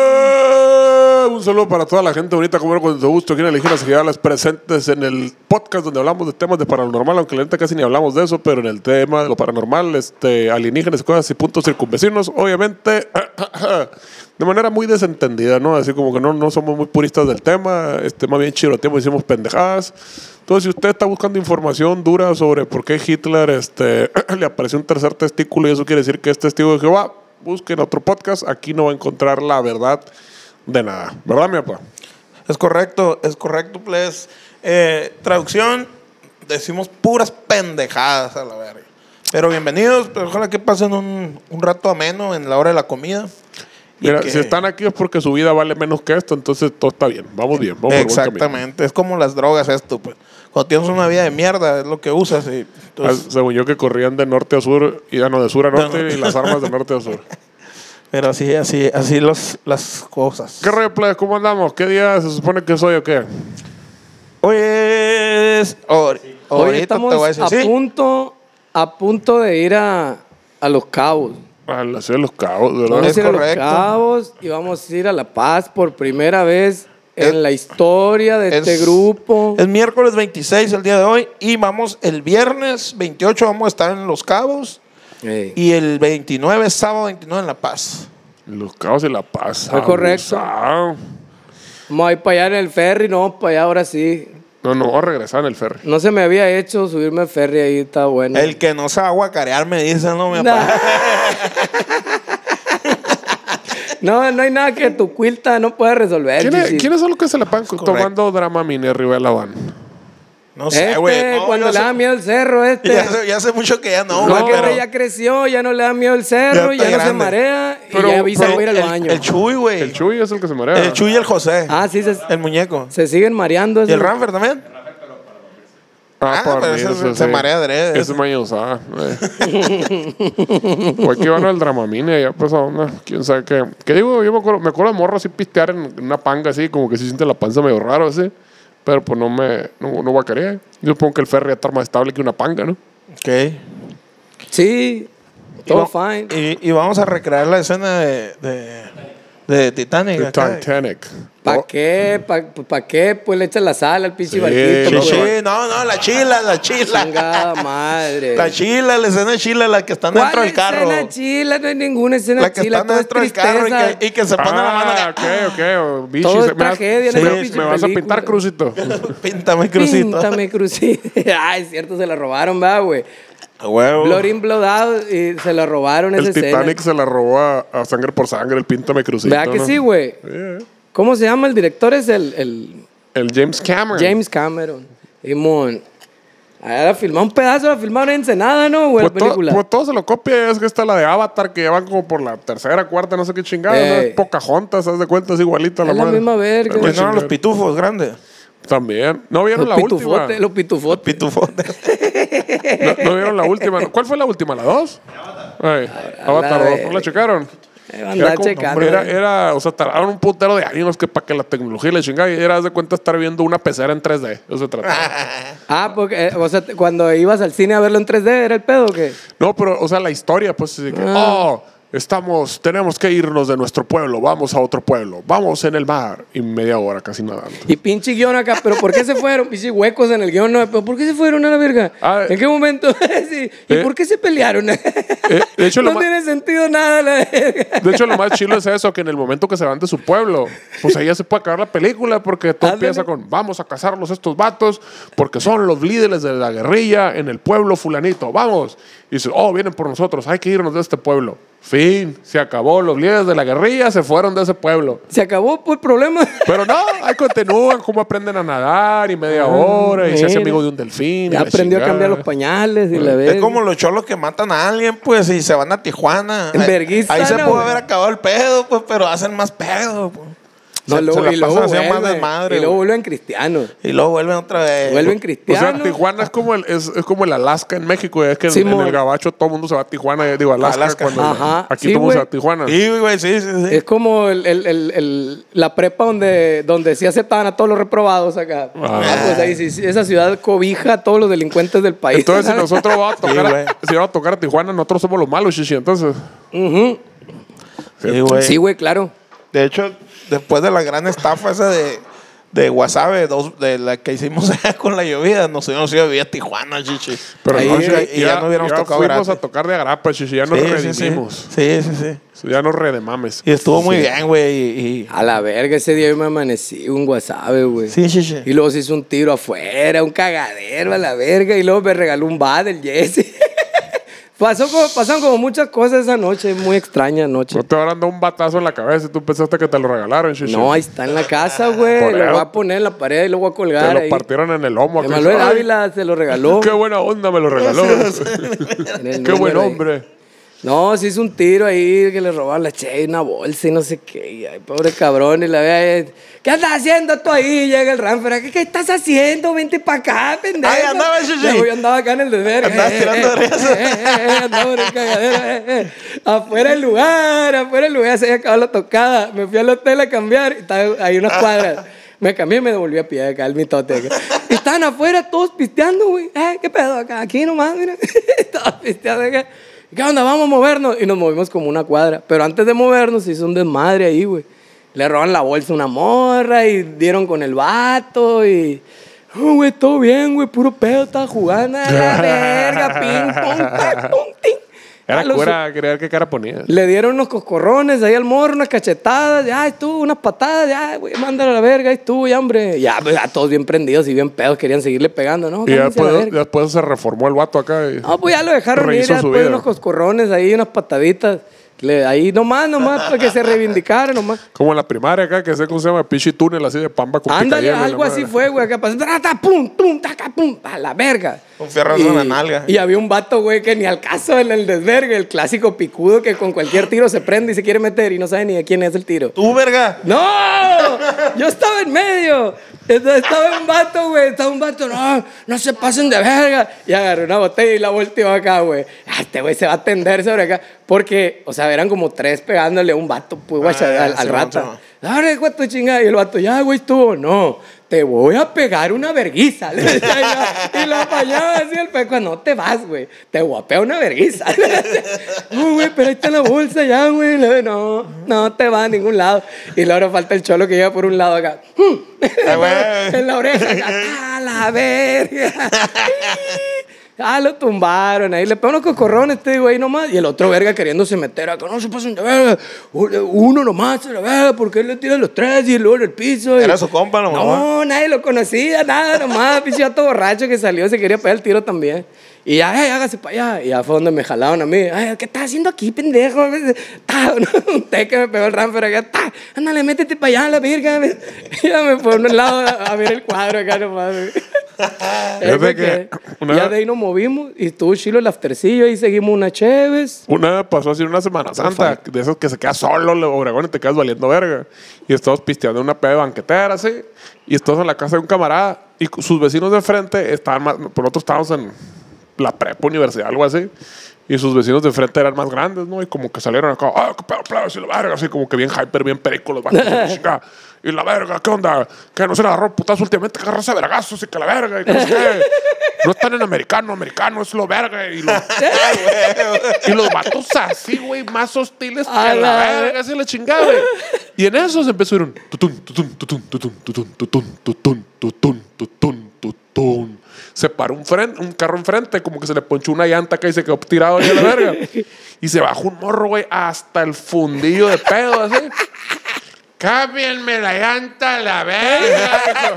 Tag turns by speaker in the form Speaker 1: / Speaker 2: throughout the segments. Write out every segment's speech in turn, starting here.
Speaker 1: ¡Eh! Un saludo para toda la gente bonita, como era con su gusto, aquí en Elegidas y las presentes en el podcast donde hablamos de temas de paranormal, aunque la neta casi ni hablamos de eso, pero en el tema de lo paranormal, este, alienígenas, cosas y puntos circunvecinos, obviamente, de manera muy desentendida, ¿no? Así como que no, no somos muy puristas del tema, este, más bien chiroteamos, hicimos pendejadas. Entonces, si usted está buscando información dura sobre por qué Hitler este, le apareció un tercer testículo y eso quiere decir que es testigo de Jehová, busquen otro podcast, aquí no va a encontrar la verdad de nada. ¿Verdad, mi papá?
Speaker 2: Es correcto, es correcto, please. Eh, traducción, decimos puras pendejadas a la verga. Pero bienvenidos, pues, ojalá que pasen un, un rato ameno en la hora de la comida. Y
Speaker 1: Mira,
Speaker 2: que-
Speaker 1: si están aquí es porque su vida vale menos que esto, entonces todo está bien. Vamos bien, vamos por buen camino.
Speaker 2: Exactamente, es como las drogas esto, pues. Cuando tienes una vida de mierda, es lo que usas y... pues, entonces,
Speaker 1: Ah, según yo que corrían de norte a sur, y ah, no, de sur a norte,
Speaker 2: No, no.
Speaker 1: y las armas de norte a sur.
Speaker 2: pero así, así, así los, las cosas.
Speaker 1: ¿Qué rollo, plebes? ¿Cómo andamos? ¿Qué día se supone que soy o qué?
Speaker 2: Hoy es... ahor-
Speaker 3: Hoy
Speaker 2: Pues, ahorita
Speaker 3: estamos
Speaker 2: te voy a decir,
Speaker 3: a
Speaker 2: sí.
Speaker 3: punto, a punto de ir a, a Los Cabos.
Speaker 1: A Ah, la ciudad de los cabos, ¿verdad?
Speaker 3: Vamos
Speaker 2: es
Speaker 3: a ir a Los
Speaker 2: correcto.
Speaker 3: Cabos y vamos a ir a La Paz por primera vez en
Speaker 2: Es-
Speaker 3: la historia de este
Speaker 2: Es-
Speaker 3: grupo.
Speaker 2: Es miércoles 26 el día de hoy y vamos el viernes 28 vamos a estar en Los Cabos
Speaker 3: Ey.
Speaker 2: y el 29 sábado 29 en La Paz.
Speaker 1: Los cabos y la paz. Ah.
Speaker 3: Es correcto.
Speaker 1: abusado.
Speaker 3: Vamos a ir para allá en el ferry, no, para allá ahora sí.
Speaker 1: No, no, vamos a regresar en el ferry.
Speaker 3: No se me había hecho subirme al ferry ahí, está bueno.
Speaker 2: El que no sabe aguacarear me dice, no me
Speaker 3: Nah. No, no hay nada que tu cuilta no pueda resolver.
Speaker 1: ¿Quién es,
Speaker 3: Gigi.
Speaker 1: ¿Quién es el que se la pan
Speaker 2: correcto.
Speaker 1: tomando drama mini arriba de la van?
Speaker 2: No sé,
Speaker 3: Este,
Speaker 2: güey. no,
Speaker 3: cuando
Speaker 2: yo
Speaker 3: le da
Speaker 2: hace,
Speaker 3: miedo el cerro, este.
Speaker 2: ya, hace, ya hace mucho que ya no,
Speaker 3: No,
Speaker 2: güey,
Speaker 3: que
Speaker 2: pero
Speaker 3: este ya creció, ya no le da miedo el cerro,
Speaker 2: Ya está
Speaker 3: ya, no se
Speaker 2: grande.
Speaker 3: marea
Speaker 1: Pero-
Speaker 3: y ya avisa
Speaker 2: pero
Speaker 3: voy a ir al
Speaker 2: el-
Speaker 3: baño.
Speaker 2: El Chuy, güey.
Speaker 1: El
Speaker 2: El Chuy.
Speaker 1: Chuy es el que se marea.
Speaker 2: y el José.
Speaker 3: ah, sí, se,
Speaker 2: El muñeco.
Speaker 3: se siguen mareando.
Speaker 2: Y
Speaker 3: esos.
Speaker 2: el Ranfer también.
Speaker 1: Ah,
Speaker 2: Ah, pero ese
Speaker 1: dormirse,
Speaker 2: se marea adrede,
Speaker 1: Ese
Speaker 2: ese.
Speaker 1: es mañosada. eh. Fue que iban al Dramamine y ya pues a una, quién sabe qué. ¿Qué digo? Yo me acuerdo, me acuerdo de morro así pistear en una panga así, como que se siente la panza medio raro así. Pero pues no me, no, no guacareé. Yo supongo que el ferry va a estar más estable que una panga, ¿no?
Speaker 2: Ok.
Speaker 3: Sí, todo
Speaker 2: Y va-
Speaker 3: fine.
Speaker 2: Y, y vamos a recrear la escena de, de, de Titanic.
Speaker 1: El
Speaker 2: acá.
Speaker 1: Titanic. Oh.
Speaker 3: ¿Para qué? ¿Para qué? Pues le echan la sal al pinche
Speaker 1: Sí,
Speaker 3: barquito.
Speaker 2: Sí,
Speaker 1: No,
Speaker 3: güey.
Speaker 2: sí, no, no, la chila, la chila.
Speaker 3: Chingada madre.
Speaker 2: La chila, la escena de chila, la que están dentro
Speaker 3: ¿Cuál
Speaker 2: del carro.
Speaker 3: escena chila? No hay ninguna escena
Speaker 2: La que
Speaker 3: chila.
Speaker 2: están
Speaker 3: Todo es
Speaker 2: dentro del carro y
Speaker 3: tristeza.
Speaker 2: que, y que se pone la mano
Speaker 1: Ah,
Speaker 2: acá.
Speaker 1: ok, ok. oh, bichis,
Speaker 3: Todo es
Speaker 1: me vas-
Speaker 3: tragedia en
Speaker 1: me-
Speaker 3: esa
Speaker 1: me,
Speaker 3: pinche
Speaker 1: vas a pintar
Speaker 3: película.
Speaker 1: crucito.
Speaker 2: Píntame, crucito.
Speaker 3: Píntame, crucito. Ay, cierto, se la robaron, va, güey.
Speaker 2: A huevo.
Speaker 3: Blood in, blood out, y se la robaron esa
Speaker 1: El
Speaker 3: escena.
Speaker 1: Titanic se la robó a, a sangre por sangre, el píntame crucito.
Speaker 3: Vea que
Speaker 1: ¿no?
Speaker 3: sí, güey.
Speaker 1: Sí.
Speaker 3: ¿Cómo se llama el director? Es el, el
Speaker 1: El James Cameron.
Speaker 3: James Cameron. Simón. Ah, la filmó un pedazo, la filmaron en Ensenada, ¿no, güey? La
Speaker 1: Pues, to-
Speaker 3: película.
Speaker 1: pues todo se lo copia. Es que está la de Avatar, que ya van como por la tercera, cuarta, no sé qué chingada.
Speaker 3: Ey.
Speaker 1: ¿no? Es Pocahontas, haz de cuenta, es igualita la
Speaker 3: Eh. Es la
Speaker 1: madre.
Speaker 3: misma verga.
Speaker 1: La
Speaker 2: Pues
Speaker 1: misma
Speaker 2: no, los
Speaker 1: chingadera.
Speaker 2: pitufos grandes.
Speaker 1: También. ¿No vieron
Speaker 3: los
Speaker 1: la última?
Speaker 3: pitufotes, los pitufotes. Pues.
Speaker 2: Pitufotes.
Speaker 1: No, no vieron la última. ¿Cuál fue la última? ¿La dos? Ey, Avatar 2.
Speaker 3: la
Speaker 1: ¿No la
Speaker 3: verga.
Speaker 1: checaron?
Speaker 3: Eh, andaba
Speaker 1: como-
Speaker 3: checando. eh.
Speaker 1: hombre, era,
Speaker 3: güey.
Speaker 1: era- o sea, tardaron un putero de años que para que la tecnología y la chingada y era, haz de cuenta, estar viendo una pecera en 3D. Eso se trataba.
Speaker 3: Ah, porque, eh, o sea, te- cuando ibas al cine a verlo en 3D, ¿era el pedo o qué?
Speaker 1: No, pero, o sea, la historia, pues, así que,
Speaker 3: Ah.
Speaker 1: oh, estamos, tenemos que irnos de nuestro pueblo, vamos a otro pueblo, vamos en el mar. Y media hora casi nadando.
Speaker 3: Y pinche guión acá, pero ¿por qué se fueron? Pinche huecos en el guión, no, pero ¿por qué se fueron a la verga?
Speaker 1: Ah,
Speaker 3: ¿En qué momento? Sí. ¿Y
Speaker 1: eh,
Speaker 3: por qué se pelearon?
Speaker 1: de hecho, lo
Speaker 3: no
Speaker 1: ma-
Speaker 3: tiene sentido nada la verga.
Speaker 1: De hecho, lo más chilo es eso, que en el momento que se van de su pueblo, pues ahí ya se puede acabar la película porque todo
Speaker 3: Ándale.
Speaker 1: empieza con vamos a cazarlos estos vatos porque son los líderes de la guerrilla en el pueblo fulanito, vamos. Y dice, oh, vienen por nosotros, hay que irnos de este pueblo. Fin, se acabó, los líderes de la guerrilla se fueron de ese pueblo.
Speaker 3: Se acabó pues, el problema.
Speaker 1: Pero no, ahí continúan, cómo aprenden a nadar y media hora y se hace
Speaker 3: mira.
Speaker 1: amigo de un delfín. y
Speaker 3: Ya
Speaker 1: la
Speaker 3: aprendió a cambiar los
Speaker 1: chingada.
Speaker 3: pañales y la verga.
Speaker 2: Es como los cholos que matan a alguien, pues, y se van a Tijuana.
Speaker 3: En
Speaker 2: Ahí-
Speaker 3: verguiza,
Speaker 2: Ahí se
Speaker 3: ¿no,
Speaker 2: pudo
Speaker 3: güey?
Speaker 2: haber acabado el pedo, pues, pero hacen más pedo. pues.
Speaker 3: No,
Speaker 2: se-
Speaker 3: luego,
Speaker 2: se la
Speaker 3: y luego
Speaker 2: pasan haciendo
Speaker 3: vuelven,
Speaker 2: más desmadre,
Speaker 3: y luego
Speaker 2: güey. Eh,
Speaker 3: vuelven cristianos.
Speaker 2: Y luego vuelven otra vez.
Speaker 3: Vuelven
Speaker 1: O sea,
Speaker 3: cristianos.
Speaker 1: Tijuana es como el, es, es como el Alaska en México. Es que en- en,
Speaker 3: Simón.
Speaker 1: el Gabacho todo el mundo se va a Tijuana. eh, Digo, Alaska.
Speaker 2: Alaska.
Speaker 1: Cuando
Speaker 3: Ajá,
Speaker 1: Aquí
Speaker 3: sí,
Speaker 1: todo el mundo se va
Speaker 3: güey.
Speaker 1: a Tijuana.
Speaker 2: Sí, güey, sí, sí, sí.
Speaker 3: es como el- el- el- el- la prepa donde, donde sí aceptaban a todos los reprobados acá.
Speaker 1: Ah.
Speaker 3: Ah, pues ahí sí, sí, esa ciudad cobija a todos los delincuentes del país.
Speaker 1: Entonces, si nosotros vamos a tocar,
Speaker 2: Sí,
Speaker 1: a-
Speaker 2: güey.
Speaker 1: si vamos a tocar a Tijuana, nosotros somos los malos, Shishi. Entonces,
Speaker 3: Ujú.
Speaker 2: Sí, güey.
Speaker 3: Sí, güey, claro.
Speaker 2: De hecho, después de la gran estafa esa de, de Wasabe, dos, de la que hicimos con la llovida, nos hubiéramos ido a vivir a Tijuana, chichi.
Speaker 1: pero
Speaker 3: Ahí,
Speaker 1: no, ya,
Speaker 2: y ya no hubiéramos tocado
Speaker 1: fuimos
Speaker 2: gratis.
Speaker 1: a tocar de agrapa, Shishi. Ya nos
Speaker 2: sí, sí,
Speaker 1: redimimos.
Speaker 2: sí, sí, sí.
Speaker 1: Ya nos redemames.
Speaker 2: Y estuvo muy bien, güey. y- y-
Speaker 3: A la verga, ese día yo me amanecí un wasabe, güey.
Speaker 2: Sí, sí, sí.
Speaker 3: Y luego se hizo un tiro afuera, un cagadero a la verga. Y luego me regaló un bad el Jesse. Pasó como, pasaron como muchas cosas esa noche, muy extraña noche.
Speaker 1: No te habrán dado un batazo en la cabeza y tú pensaste que te lo regalaron, Shishi.
Speaker 3: No, ahí está en la casa, güey.
Speaker 1: Por
Speaker 3: Lo
Speaker 1: ahí.
Speaker 3: voy a poner en la pared y lo voy a colgar
Speaker 1: Te lo
Speaker 3: ahí.
Speaker 1: partieron en el lomo. acá.
Speaker 3: Emanuel
Speaker 1: Ay,
Speaker 3: Ávila se lo regaló.
Speaker 1: Qué buena onda me lo regaló.
Speaker 3: en el
Speaker 1: Qué buen
Speaker 3: número ahí.
Speaker 1: hombre.
Speaker 3: No, se hizo un tiro ahí que le robaron la che y una bolsa y no sé qué. y, ay, pobre cabrón. Y la vea, ¿qué andas haciendo tú ahí? Llega el Ramfer, ¿qué, qué estás haciendo? Vente para acá, pendejo.
Speaker 2: Ay, andaba ese, sí.
Speaker 3: Luego Yo andaba acá en el deber.
Speaker 2: Andabas tirando
Speaker 3: eh,
Speaker 2: orejas.
Speaker 3: andaba en el cagadero. eh, eh. Afuera el lugar, afuera el lugar. Se había acabado la tocada. Me fui al hotel a cambiar y estaba ahí unas cuadras. Me cambié y me devolví a pie acá, el mitote. acá. Y Estaban afuera todos pisteando, güey. Eh, ¿Qué pedo acá? Aquí nomás, mira. Todos pisteando acá. ¿Qué onda? Vamos a movernos. Y nos movimos como una cuadra. Pero antes de movernos se hizo un desmadre ahí, güey. Le roban la bolsa a una morra y dieron con el vato y... "Oh, güey, todo bien, güey, puro pedo, estaba jugando eh". a la verga, ping, pong, tac, pum, ting. A
Speaker 1: Era
Speaker 3: los-
Speaker 1: cura, quería ver qué cara ponía.
Speaker 3: le dieron unos coscorrones ahí al morro, unas cachetadas, ya estuvo, unas patadas, ya, güey, mándalo a la verga, ahí estuvo, ya, hombre. Ya, pues, ya todos bien prendidos y bien pedos, querían seguirle pegando, ¿no?
Speaker 1: Y ya
Speaker 3: Cálmense a la
Speaker 1: después,
Speaker 3: verga.
Speaker 1: ya después se reformó el vato acá. y-
Speaker 3: No, pues ya lo dejaron ir,
Speaker 1: Rehizo
Speaker 3: ya
Speaker 1: su
Speaker 3: después
Speaker 1: vida.
Speaker 3: unos coscorrones ahí, unas pataditas. Le- ahí nomás, nomás, para que se reivindicara nomás.
Speaker 1: Como en la primaria acá, que sé cómo se llama, pichi túnel así de pamba con
Speaker 3: Ándale,
Speaker 1: picayelo y la
Speaker 3: algo así
Speaker 1: madre.
Speaker 3: fue, güey. Acá pasó. tra, ta, pum, tum, taca, pum, a la verga.
Speaker 2: Un fierrazo en la nalga.
Speaker 3: Y había un vato, güey, que ni al caso en el desvergue, el clásico picudo que con cualquier tiro se prende y se quiere meter y no sabe ni de quién es el tiro.
Speaker 2: Tú, verga.
Speaker 3: ¡No! Yo estaba en medio. Entonces estaba un vato, güey. Estaba un vato, no, no se pasen de verga. Y agarró una botella y la volteó acá, güey. Ah, Este güey se va a tender sobre acá. Porque, o sea, eran como tres pegándole a un vato, pues, guacha,
Speaker 2: Ah,
Speaker 3: al, al
Speaker 2: Simón,
Speaker 3: rata.
Speaker 2: Simón.
Speaker 3: Dale, güey, tu chingada. Y el vato, ya, güey, estuvo. No, te voy a pegar una verguiza. Le decía yo. y lo apañaba así el peco. No te vas, güey. Te voy a pegar una verguiza. No, güey, pero ahí está la bolsa ya, güey. Le digo, No, no te vas a ningún lado. Y luego nos falta el cholo que llega por un lado acá. "Mm".
Speaker 2: Ah, güey.
Speaker 3: en la oreja. acá. A la verga. Ah, lo tumbaron ahí. Le pegó unos cocorrones, te digo, ahí nomás. Y el otro verga queriéndose meter acá. No se pasen de verga. Uno uno nomás se la verga. ¿Por qué le tiran los tres y luego en el piso? Y-
Speaker 2: Era su compa, nomás.
Speaker 3: No, nadie lo conocía, nada nomás. Pinche vato borracho que salió, se quería pegar el tiro también. Y ya, "Ey, hágase para allá. Y ya fue donde me jalaron a mí. Ay, ¿qué estás haciendo aquí, pendejo? Ta, Un té que me pegó el ramper acá. Ta, ándale, métete para allá, la verga. Y ya me fue a un lado a, a ver el cuadro acá nomás.
Speaker 1: Fíjate
Speaker 3: Ahí
Speaker 1: que
Speaker 3: me quedé.
Speaker 1: una-
Speaker 3: Ya de ahí nos movimos y estuvo chilo el aftercillo, ahí seguimos una Cheves.
Speaker 1: Una pasó así una Semana Santa, de esas que se queda solo el Obregón y te quedas valiendo verga. Y estamos pisteando en una peda de banquetera, así. Y estamos en la casa de un camarada y cu- sus vecinos de frente estaban más. Por nosotros estábamos en la prepa, universidad, algo así. Y sus vecinos de frente eran más grandes, ¿no? Y como que salieron acá, ¡ah, qué pedo, plebes! Y la verga, así como que bien hyper, bien perico los vatos, y la chingada. Y la verga, ¿qué onda? Que no se le agarró putazo últimamente, que agarrarse a vergazos y que la verga, y que no sé qué. No están en americano, americano es lo verga. Y lo, y los vatos así, güey, más hostiles que
Speaker 3: A
Speaker 1: a la
Speaker 3: la
Speaker 1: verga, se la chingada, güey. Y en eso se empezó a ir un tutun, tutun, tutun, tutun, tutun, tutun, tutun, tutun, tutun, tutun. Se paró un, fren- un carro enfrente, como que se le ponchó una llanta acá y se quedó tirado ahí a la verga. Y se bajó un morro, güey, hasta el fundillo de pedo, así. Cámbienme la llanta a la verga. hijo.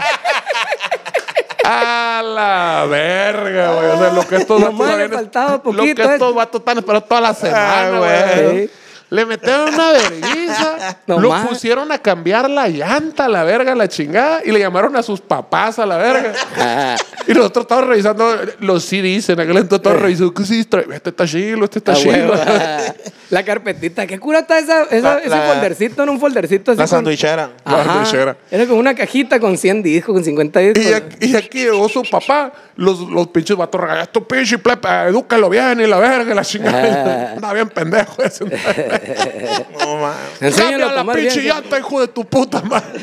Speaker 1: A la verga, güey. O sea, lo que estos
Speaker 3: Nomás le
Speaker 1: habían-
Speaker 3: faltaba
Speaker 1: Lo
Speaker 3: poquito,
Speaker 1: que
Speaker 3: ¿eh?
Speaker 1: estos vatos están esperando toda la semana,
Speaker 2: Ah, güey.
Speaker 1: güey.
Speaker 3: Sí.
Speaker 1: Le metieron una vergüenza. lo
Speaker 3: Nomás.
Speaker 1: pusieron a cambiar la llanta, a la verga, a la chingada. Y le llamaron a sus papás a la verga. Y nosotros estábamos revisando los CDs en aquel entonces, todos revisando, ¿qué CDs trae? Este está chilo, este está
Speaker 3: Eh. Ah,
Speaker 1: chilo.
Speaker 3: huevo, ah. La carpetita. Qué cura está esa, esa-
Speaker 2: La-
Speaker 3: ese
Speaker 2: la-
Speaker 3: foldercito en un foldercito. así
Speaker 2: la
Speaker 3: con-
Speaker 2: sandwichera.
Speaker 1: La
Speaker 3: Ajá.
Speaker 1: sandwichera.
Speaker 3: Era como una cajita con 100 discos, con 50 discos.
Speaker 1: Y aquí, y aquí llegó su papá, los, los pinches vatos este regañados, estos pinches plepa, eh, edúcalo bien y la verga, y la chingada.
Speaker 3: Ah.
Speaker 1: Anda bien pendejo ese.
Speaker 2: No, mames.
Speaker 1: Cambia
Speaker 3: Enséñalo a
Speaker 1: la
Speaker 3: tomar
Speaker 1: pinche
Speaker 3: bien.
Speaker 1: llanta, hijo de tu puta madre.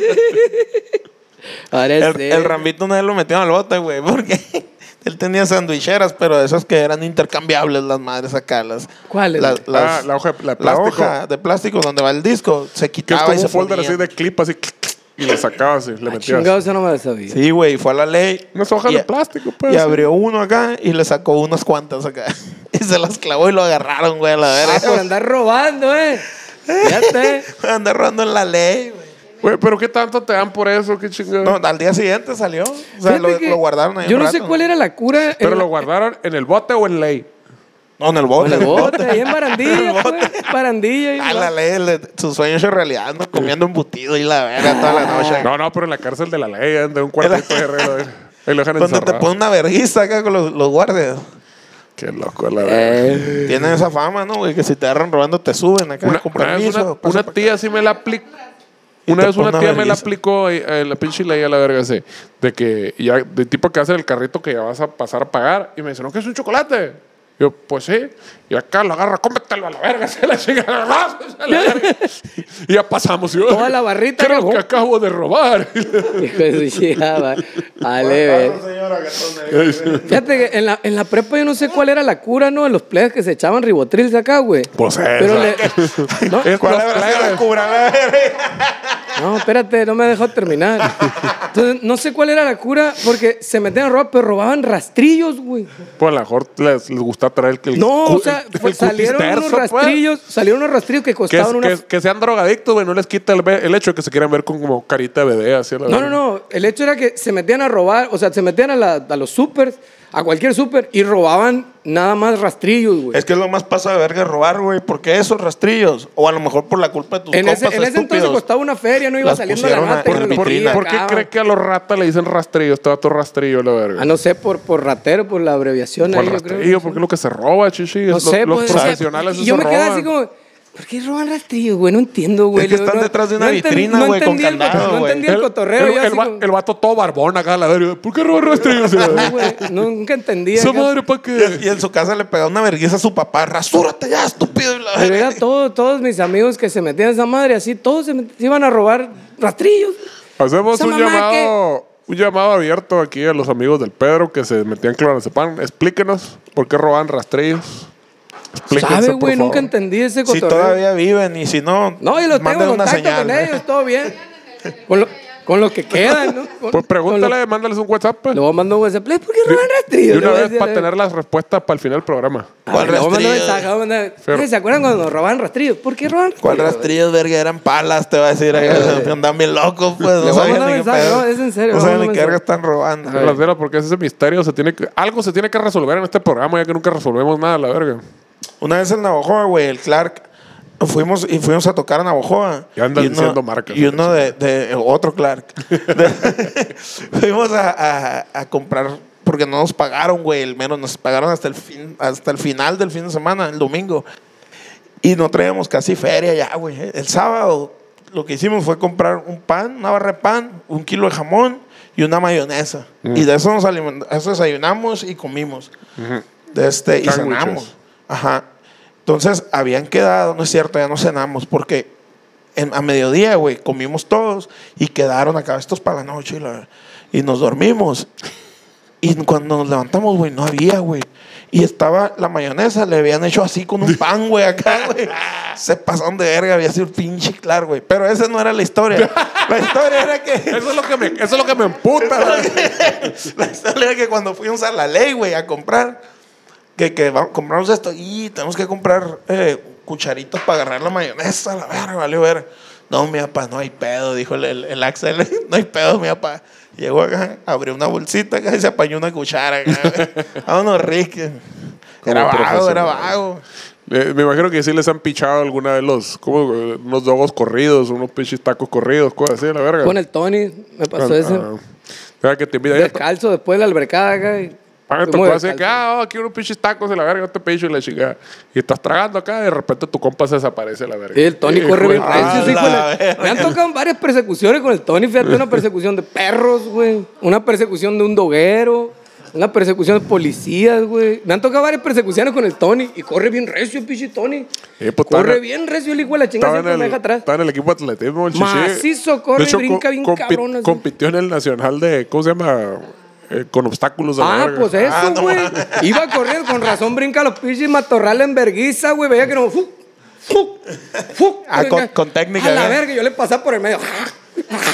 Speaker 3: Ahora
Speaker 2: El,
Speaker 3: sí.
Speaker 2: el Rambito una vez lo metieron al bote, güey, porque él tenía sandwicheras, pero de esas que eran intercambiables las madres acá. Las,
Speaker 3: ¿Cuáles,
Speaker 2: las-
Speaker 1: güey?
Speaker 2: las-
Speaker 1: Ah, la hoja de- la de
Speaker 2: la
Speaker 1: plástico.
Speaker 2: hoja de plástico donde va el disco. Se
Speaker 1: Que es
Speaker 2: quitaba
Speaker 1: como
Speaker 2: y se
Speaker 1: un folder
Speaker 2: ponía.
Speaker 1: así de clip, así, y lo sacabas y le metías.
Speaker 3: Ah, Chingado, eso no me lo sabía.
Speaker 2: Sí, güey, fue a la ley.
Speaker 1: Unas hojas
Speaker 2: Ah, y-
Speaker 1: de plástico, pues.
Speaker 2: Y abrió uno acá y le sacó unas cuantas acá. Y se las clavó y lo agarraron, güey, a la
Speaker 3: Ah, por
Speaker 2: verga.
Speaker 3: andar robando, eh. Fíjate.
Speaker 2: Andar robando en la ley, güey.
Speaker 1: Güey, pero ¿qué tanto te dan por eso? ¿Qué chingado?
Speaker 2: No, al día siguiente salió. O sea,
Speaker 3: Fíjate
Speaker 2: lo,
Speaker 3: que
Speaker 2: lo guardaron ahí.
Speaker 3: Yo
Speaker 2: un
Speaker 3: no sé
Speaker 2: rato.
Speaker 3: cuál era la cura. en
Speaker 1: ¿Pero
Speaker 3: la-
Speaker 1: lo guardaron en el bote o en ley?
Speaker 2: No, en el
Speaker 3: o
Speaker 2: bote.
Speaker 3: en el
Speaker 2: en el
Speaker 3: bote, ahí en
Speaker 2: En
Speaker 3: Barandilla,
Speaker 2: el bote.
Speaker 3: pues. Barandilla. ahí en
Speaker 2: A la
Speaker 3: Barandilla.
Speaker 2: ley, le- su sueño hecho realidad, ando comiendo embutido y la verga toda la noche.
Speaker 1: No, no, pero en la cárcel de la ley, de un cuartito de herrero. eh. Ahí lo dejan
Speaker 2: Donde te
Speaker 1: encerrado.
Speaker 2: ponen una vergüenza acá con los, los guardias.
Speaker 1: Qué loco, la verdad.
Speaker 3: Eh,
Speaker 2: Tienen esa fama, ¿no? güey? Que si te agarran robando, te suben acá
Speaker 1: Una,
Speaker 2: con
Speaker 1: una vez
Speaker 2: permiso.
Speaker 1: una,
Speaker 2: pasa
Speaker 1: una
Speaker 2: pa' acá.
Speaker 1: tía sí me la aplicó.
Speaker 2: Y
Speaker 1: Una
Speaker 2: te
Speaker 1: vez una
Speaker 2: pone
Speaker 1: tía me la
Speaker 2: vergüenza.
Speaker 1: aplicó eh, eh, la pinche ley a la verga así. De que ya, de tipo que hace el carrito que ya vas a pasar a pagar. Y me dice, no, que es un chocolate. Yo, pues sí. Y acá lo agarra, cómetelo a la verga. Se la chica, a la verga. Y ya pasamos. y yo,
Speaker 3: Toda la barrita,
Speaker 1: Creo
Speaker 3: ¿no?
Speaker 1: que acabo de robar.
Speaker 3: hijo de su chingada, madre. Vale, ve. Fíjate que en la, en la prepa yo no sé cuál era la cura, ¿no? De los plebes que se echaban ribotril de acá, güey.
Speaker 1: Pues esa.
Speaker 3: Pero le- ¿No?
Speaker 1: Es
Speaker 2: ¿Cuál
Speaker 1: los
Speaker 2: habrá sido la
Speaker 1: plebes.
Speaker 2: cura, la verga?
Speaker 3: No, espérate, no me dejó terminar. Entonces, no sé cuál era la cura, porque se metían a robar, pero robaban rastrillos, güey.
Speaker 1: Pues a lo mejor les, les gusta traer el. el
Speaker 3: No,
Speaker 1: cu-
Speaker 3: o sea,
Speaker 1: el- el
Speaker 3: pues,
Speaker 1: cutis
Speaker 3: salieron
Speaker 1: terso,
Speaker 3: unos
Speaker 1: pues.
Speaker 3: rastrillos, salieron unos rastrillos que
Speaker 1: Que, es-
Speaker 3: costaban
Speaker 1: que
Speaker 3: una...
Speaker 1: es- que sean drogadictos, güey, no les quita el, ve- el hecho de que se quieran ver con como carita de bebé, así a la
Speaker 3: No,
Speaker 1: verga.
Speaker 3: no, no. El hecho era que se metían a robar, o sea, se metían a, la- a los supers, a cualquier super, y robaban nada más rastrillos, güey.
Speaker 2: Es que es lo más pasa de verga robar, güey. Porque esos rastrillos, o a lo mejor por la culpa de tus
Speaker 3: En
Speaker 2: compas
Speaker 3: ese, en ese entonces
Speaker 2: estúpidos.
Speaker 3: costaba una feria, no iba
Speaker 2: Las
Speaker 3: saliendo la
Speaker 2: pusieron a-
Speaker 3: mata. y
Speaker 1: ¿Por,
Speaker 3: no lo
Speaker 1: por-
Speaker 3: metía
Speaker 1: por qué
Speaker 3: acá.
Speaker 1: cree que a los ratas le dicen rastrillo? Está todo rastrillo, la verga.
Speaker 3: Ah, no sé, por, por ratero, por la abreviación.
Speaker 1: ¿Cuál
Speaker 3: ahí, yo creo.
Speaker 1: rastrillo? Porque es lo que se roba, chichi.
Speaker 3: No
Speaker 1: Es
Speaker 3: sé,
Speaker 1: los, los
Speaker 3: pues, o sea,
Speaker 1: profesionales
Speaker 3: y yo
Speaker 1: eso
Speaker 3: me quedé
Speaker 1: roban.
Speaker 3: así como, ¿por qué roban rastrillos, güey? No entiendo, güey.
Speaker 2: Es que
Speaker 3: Yo
Speaker 2: están
Speaker 3: no-
Speaker 2: detrás de una
Speaker 3: enten-
Speaker 2: vitrina, güey, con
Speaker 3: entendí el cotor-
Speaker 2: candado,
Speaker 3: No
Speaker 2: güey.
Speaker 3: entendí el cotorreo.
Speaker 1: el,
Speaker 3: yo
Speaker 1: el
Speaker 3: así
Speaker 1: va-
Speaker 3: como,
Speaker 1: el vato todo barbón acá, la verga. ¿Por qué roban rastrillos?
Speaker 3: no, güey, nunca entendí.
Speaker 1: Esa
Speaker 3: acá.
Speaker 1: madre, ¿para
Speaker 2: Y, en- y
Speaker 1: qué?
Speaker 2: en su casa le pegaba una vergüenza a su papá. Rasúrate ya, estúpido. Y la
Speaker 3: Pero
Speaker 2: verga.
Speaker 3: era todo, todos mis amigos que se metían a esa madre, así, todos se, met- se iban a robar rastrillos.
Speaker 1: Hacemos
Speaker 3: Esa
Speaker 1: un
Speaker 3: mamá
Speaker 1: llamado, un llamado abierto aquí a los amigos del Pedro que se metían clonazepam. Explíquenos por qué roban rastrillos. Explíquense,
Speaker 3: ¿Sabe,
Speaker 1: por
Speaker 3: güey?
Speaker 1: favor.
Speaker 3: Nunca entendí ese
Speaker 2: Si
Speaker 3: cotorreo.
Speaker 2: todavía viven y si no,
Speaker 3: No, y los tengo
Speaker 2: manden
Speaker 3: en
Speaker 2: una
Speaker 3: contacto
Speaker 2: señal. ¿eh?
Speaker 3: con ellos, todo bien. Con lo, con lo que queda, ¿no? Con-
Speaker 1: Pues
Speaker 3: con
Speaker 1: pregúntale,
Speaker 3: lo-
Speaker 1: mándales un WhatsApp. pues.
Speaker 3: Luego mando un WhatsApp, ¿por qué roban
Speaker 1: Y
Speaker 3: rastrillos? Le
Speaker 1: una
Speaker 3: voy a
Speaker 1: vez
Speaker 3: decir a
Speaker 1: para
Speaker 3: la-
Speaker 1: tener las respuestas para el final del programa.
Speaker 3: Ah,
Speaker 2: ¿Cuál
Speaker 3: luego mando
Speaker 2: rastrillo?
Speaker 3: mensaje, luego mando-
Speaker 1: Pero-
Speaker 3: ¿Se acuerdan cuando nos robaban rastrillos? ¿Por qué roban
Speaker 2: ¿Cuál
Speaker 3: rastrillos?
Speaker 2: rastrillos, verga? Eran palas, te va a decir. ahí, Andan bien locos, pues.
Speaker 3: Le
Speaker 2: No
Speaker 3: voy a
Speaker 2: saben
Speaker 3: mandar
Speaker 2: ni qué
Speaker 3: mensaje,
Speaker 2: pedo.
Speaker 3: no, es en serio,
Speaker 2: No
Speaker 3: le voy a
Speaker 2: saben ni
Speaker 3: mandar
Speaker 2: qué verga
Speaker 3: mensaje.
Speaker 2: están robando.
Speaker 1: A las velas, porque ese misterio se tiene que, algo se tiene que resolver en este programa ya que nunca resolvemos nada, la verga.
Speaker 2: Una vez en Navajoa, güey, el Clark, fuimos y fuimos a tocar a Navajoa.
Speaker 1: Ya andan
Speaker 2: Y uno-
Speaker 1: diciendo marcas.
Speaker 2: Y uno de, de- otro Clark. De- fuimos a, a- a comprar, porque no nos pagaron, güey, el menos nos pagaron hasta el, fin, hasta el final del fin de semana, el domingo. Y no traíamos casi feria ya, güey. ¿eh? El sábado lo que hicimos fue comprar un pan, una barra de pan, un kilo de jamón y una mayonesa. Y de eso nos aliment- eso desayunamos y comimos. De este, y
Speaker 1: Sándwiches.
Speaker 2: cenamos. Ajá. Entonces, habían quedado, no es cierto, ya no cenamos, porque en- a mediodía, güey, comimos todos y quedaron acá estos para la noche y, la- y nos dormimos. Y cuando nos levantamos, güey, no había, güey. Y estaba la mayonesa, le habían hecho así con un pan, güey, acá, güey. Se pasaron de verga, había sido pinche claro, güey. Pero esa no era la historia. La historia era que.
Speaker 1: Eso es lo que me, eso es lo que me emputa. la verga.
Speaker 2: La historia era que cuando fuimos a la ley, güey, a comprar, que, que vamos, compramos esto y tenemos que comprar eh, cucharitos para agarrar la mayonesa, la verga, vale, ver. No, mi papá, no hay pedo, dijo el, el- el Axel, no hay pedo, mi papá. Llegó acá, abrió una bolsita acá y se apañó una cuchara. acá, güey. Vámonos, Rick. Era
Speaker 1: Como
Speaker 2: vago, era
Speaker 1: profesional.
Speaker 2: vago.
Speaker 1: Eh, me imagino que sí les han pichado alguna vez los, como eh, unos dogos corridos, unos pinches tacos corridos, cosas así, la verga.
Speaker 3: Con el Tony, me pasó
Speaker 1: Ah,
Speaker 3: eso.
Speaker 1: ah. Cada que te invita ahí,
Speaker 3: Descalzo después de la albercada acá. y-
Speaker 1: Ah, te
Speaker 3: Muy
Speaker 1: puede decir que,
Speaker 3: descalzo.
Speaker 1: ah, oh, aquí unos pinches tacos de la verga, este pinche y la chingada. Y estás tragando acá, de repente tu compa se desaparece la verga.
Speaker 3: Sí, el Tony
Speaker 1: Y, "Ah,
Speaker 3: corre
Speaker 1: güey,
Speaker 3: bien rancio, sí,
Speaker 2: la
Speaker 3: con la-
Speaker 2: verga.
Speaker 3: Me han tocado varias persecuciones con el Tony. Fíjate, una persecución de perros, güey. Una persecución de un doguero. Una persecución de policías, güey. Me han tocado varias persecuciones con el Tony. Y corre bien recio, pichi Tony.
Speaker 1: Eh, pues,
Speaker 3: corre
Speaker 1: estaba-
Speaker 3: bien recio el hijo de la
Speaker 1: Estaba
Speaker 3: chingada.
Speaker 1: en,
Speaker 3: Siempre
Speaker 1: el,
Speaker 3: me deja atrás.
Speaker 1: estaba en el equipo de atletismo, el
Speaker 3: Macizo, corre y brinca bien cabrón, así.
Speaker 1: Compitió en el nacional de, ¿cómo se llama? Eh, con obstáculos de la
Speaker 3: Ah,
Speaker 1: verga.
Speaker 3: pues
Speaker 2: Ah,
Speaker 3: eso,
Speaker 2: no
Speaker 3: güey.
Speaker 2: mames.
Speaker 3: Iba corriendo, con razón brinca los pinches matorrales en verguiza, güey. Veía que no. ¡Fu! ¡Fu! ¡Fu!
Speaker 2: Ah, con- con técnica,
Speaker 3: A la
Speaker 2: ¿verdad?
Speaker 3: verga, yo le pasaba por el medio.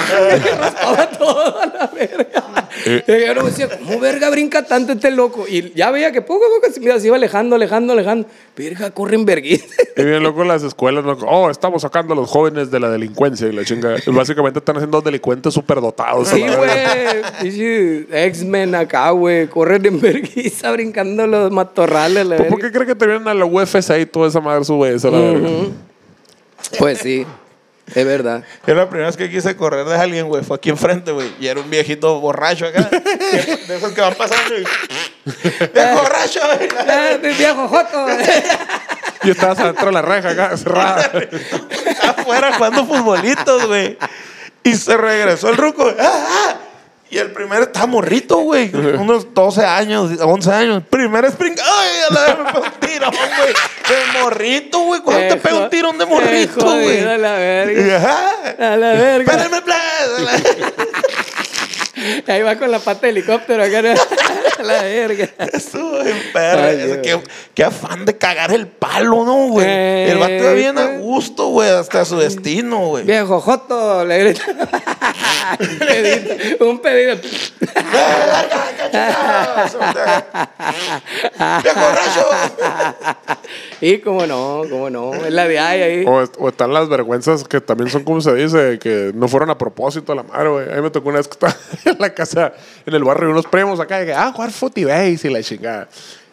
Speaker 3: Raspaba todo a la verga. Y yo no decía, ¿cómo verga brinca tanto este loco? Y ya veía que poco a poco se, mira, se iba alejando, alejando, alejando. Verga, corre en verguiza.
Speaker 1: Y bien loco las escuelas, ¿no? Oh, estamos sacando a los jóvenes de la delincuencia y la chinga. Y Básicamente están haciendo delincuentes superdotados. Pues a
Speaker 3: Sí,
Speaker 1: la verga.
Speaker 3: güey. Pinche X-Men acá, güey. Corren en verguiza brincando los matorrales, la
Speaker 1: ¿Por,
Speaker 3: verga.
Speaker 1: Pues, por qué creen que te vienen a la UFC y toda esa madre sube eso, la verga?
Speaker 3: Pues sí, es verdad.
Speaker 2: Yo la primera vez que quise correr de alguien, güey, fue aquí enfrente, güey. Y era un viejito borracho acá. que- de esos que van pasando y... ¡Viejo borracho! güey!
Speaker 3: Eh, mi viejo Joto.
Speaker 1: Y estabas adentro de la reja acá, cerrada.
Speaker 2: afuera jugando futbolitos, güey. Y se regresó el ruco. ¡Ah, ah! Y el primero está morrito, güey. Unos 12 años, 11 años. Primer spring. ¡Ay, a la vez me pegó un tirón, güey! De morrito, güey. ¿Cuándo te
Speaker 3: Eh,
Speaker 2: pega
Speaker 3: jo-
Speaker 2: un tirón de
Speaker 3: eh,
Speaker 2: morrito, güey?
Speaker 3: jodido, A la
Speaker 2: Y,
Speaker 3: verga.
Speaker 2: ¡Ajá!
Speaker 3: A la verga.
Speaker 2: ¡Espérame, please!
Speaker 3: Ahí va con la pata de helicóptero acá. ¿no? A la verga.
Speaker 2: Eso, güey, perro.
Speaker 3: Ay,
Speaker 2: Eso,
Speaker 3: Dios.
Speaker 2: qué, qué afán de cagar el palo, ¿no, güey?
Speaker 3: Eh,
Speaker 2: el vato iba bien a
Speaker 3: pues.
Speaker 2: gusto, güey. Hasta su destino, güey.
Speaker 3: Viejo Joto. Le grita. Un pedito, Un pedido.
Speaker 2: ¡Viejo borracho!
Speaker 3: Y cómo no, cómo no. Es la de ahí. ahí.
Speaker 1: O, o están las vergüenzas que también son como se dice, que no fueron a propósito a la madre, güey. A mí me tocó una vez que estaba en la casa, en el barrio, y unos primos acá, y que, ah, jugar footy base y la chingada.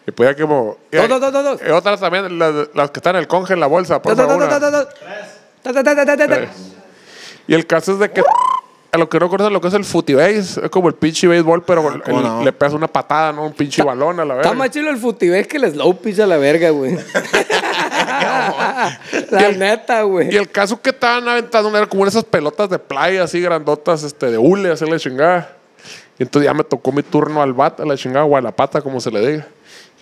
Speaker 1: Y pues ya como. y-
Speaker 3: Dos, dos, dos, dos, dos.
Speaker 1: y otras también, las, las que están en el conge en la bolsa, pues, por
Speaker 3: Ta, ta, ta,
Speaker 1: favor.
Speaker 3: ta, ta, ta. Ta, ta, ta, ta, ta, ta.
Speaker 1: Y el caso es de que. A lo que no conocen lo que es el footy base, es como el pinche béisbol, pero
Speaker 2: Ah, ¿cómo
Speaker 1: el-
Speaker 2: no?
Speaker 1: le pegas una patada, ¿no? Un pinche balón a la verga.
Speaker 3: Está más chilo el futibés que el slow pitch a la verga, güey. la neta, güey.
Speaker 1: Y el caso que estaban aventando era como esas pelotas de playa así grandotas, este, de hule, así la chingada. Y entonces ya me tocó mi turno al bat, a la chingada, o a la pata, como se le diga.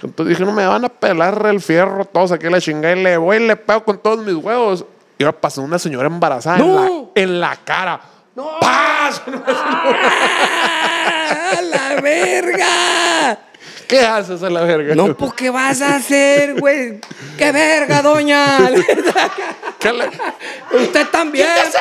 Speaker 1: Y Entonces dije, no me van a pelar el fierro todos aquí a la chingada. Y le voy y le pego con todos mis huevos. Iba pasando una señora embarazada en, la,
Speaker 3: ¡No!
Speaker 1: en la cara. ¡No! ¡Paz!
Speaker 3: ¡Ah, la verga!
Speaker 1: ¿Qué haces a la verga?
Speaker 3: No, pues, ¿qué vas a hacer, güey? ¡Qué verga, doña!
Speaker 1: ¿Qué le-
Speaker 3: Usted también.
Speaker 1: Usted-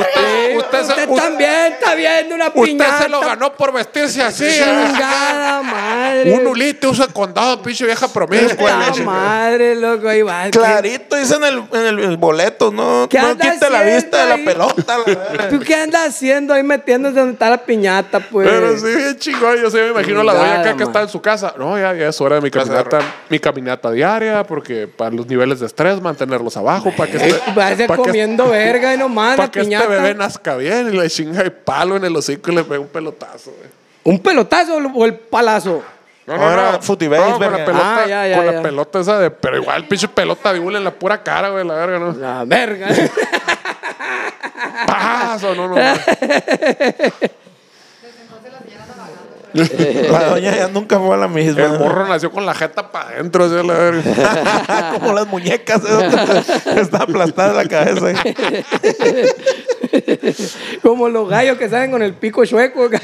Speaker 3: Usted,
Speaker 1: usted se-
Speaker 3: usted
Speaker 1: us-
Speaker 3: también está viendo una
Speaker 1: Usted
Speaker 3: piñata.
Speaker 1: se lo ganó por vestirse así. ¿eh?
Speaker 3: Chingada madre.
Speaker 1: Un ulite usa condado, pinche vieja promiscua.
Speaker 3: Puta madre, loco, ahí va.
Speaker 2: Clarito dice en el, en el- el boleto, ¿no?
Speaker 3: ¿Qué
Speaker 2: no
Speaker 3: anda
Speaker 2: quita la
Speaker 3: haciendo
Speaker 2: vista de la
Speaker 3: ahí?
Speaker 2: pelota. la verga.
Speaker 3: ¿Tú qué andas haciendo ahí metiéndose donde está la piñata, pues?
Speaker 1: Pero sí, bien chingón. Yo sí me imagino a la doña acá
Speaker 3: Chingada,
Speaker 1: que está en su casa. No, ya, ya es hora de mi caminata, mi caminata diaria, porque para los niveles de estrés, mantenerlos abajo, para que
Speaker 3: Eh,
Speaker 1: este,
Speaker 3: Parece
Speaker 1: para que
Speaker 3: comiendo verga y nomás
Speaker 1: para
Speaker 3: la
Speaker 1: que este
Speaker 3: piñata.
Speaker 1: bebé nazca bien y le chinga el palo en el hocico y le pega un pelotazo. güey.
Speaker 3: ¿Un pelotazo o el palazo?
Speaker 1: No,
Speaker 2: Ahora, futibase,
Speaker 1: No, con la
Speaker 2: verga.
Speaker 1: pelota,
Speaker 3: Ah, ya, ya,
Speaker 1: con la
Speaker 3: ya.
Speaker 1: pelota esa de, pero igual pinche pelota de hule en la pura cara, güey, la verga, no.
Speaker 3: La verga.
Speaker 1: Paso, no, no. no.
Speaker 2: La doña ya nunca fue a la misma.
Speaker 1: El morro nació con la jeta para adentro, así, la verga.
Speaker 2: Como las muñecas. ¿eh? Está aplastada la cabeza.
Speaker 3: Como los gallos que salen con el pico chueco.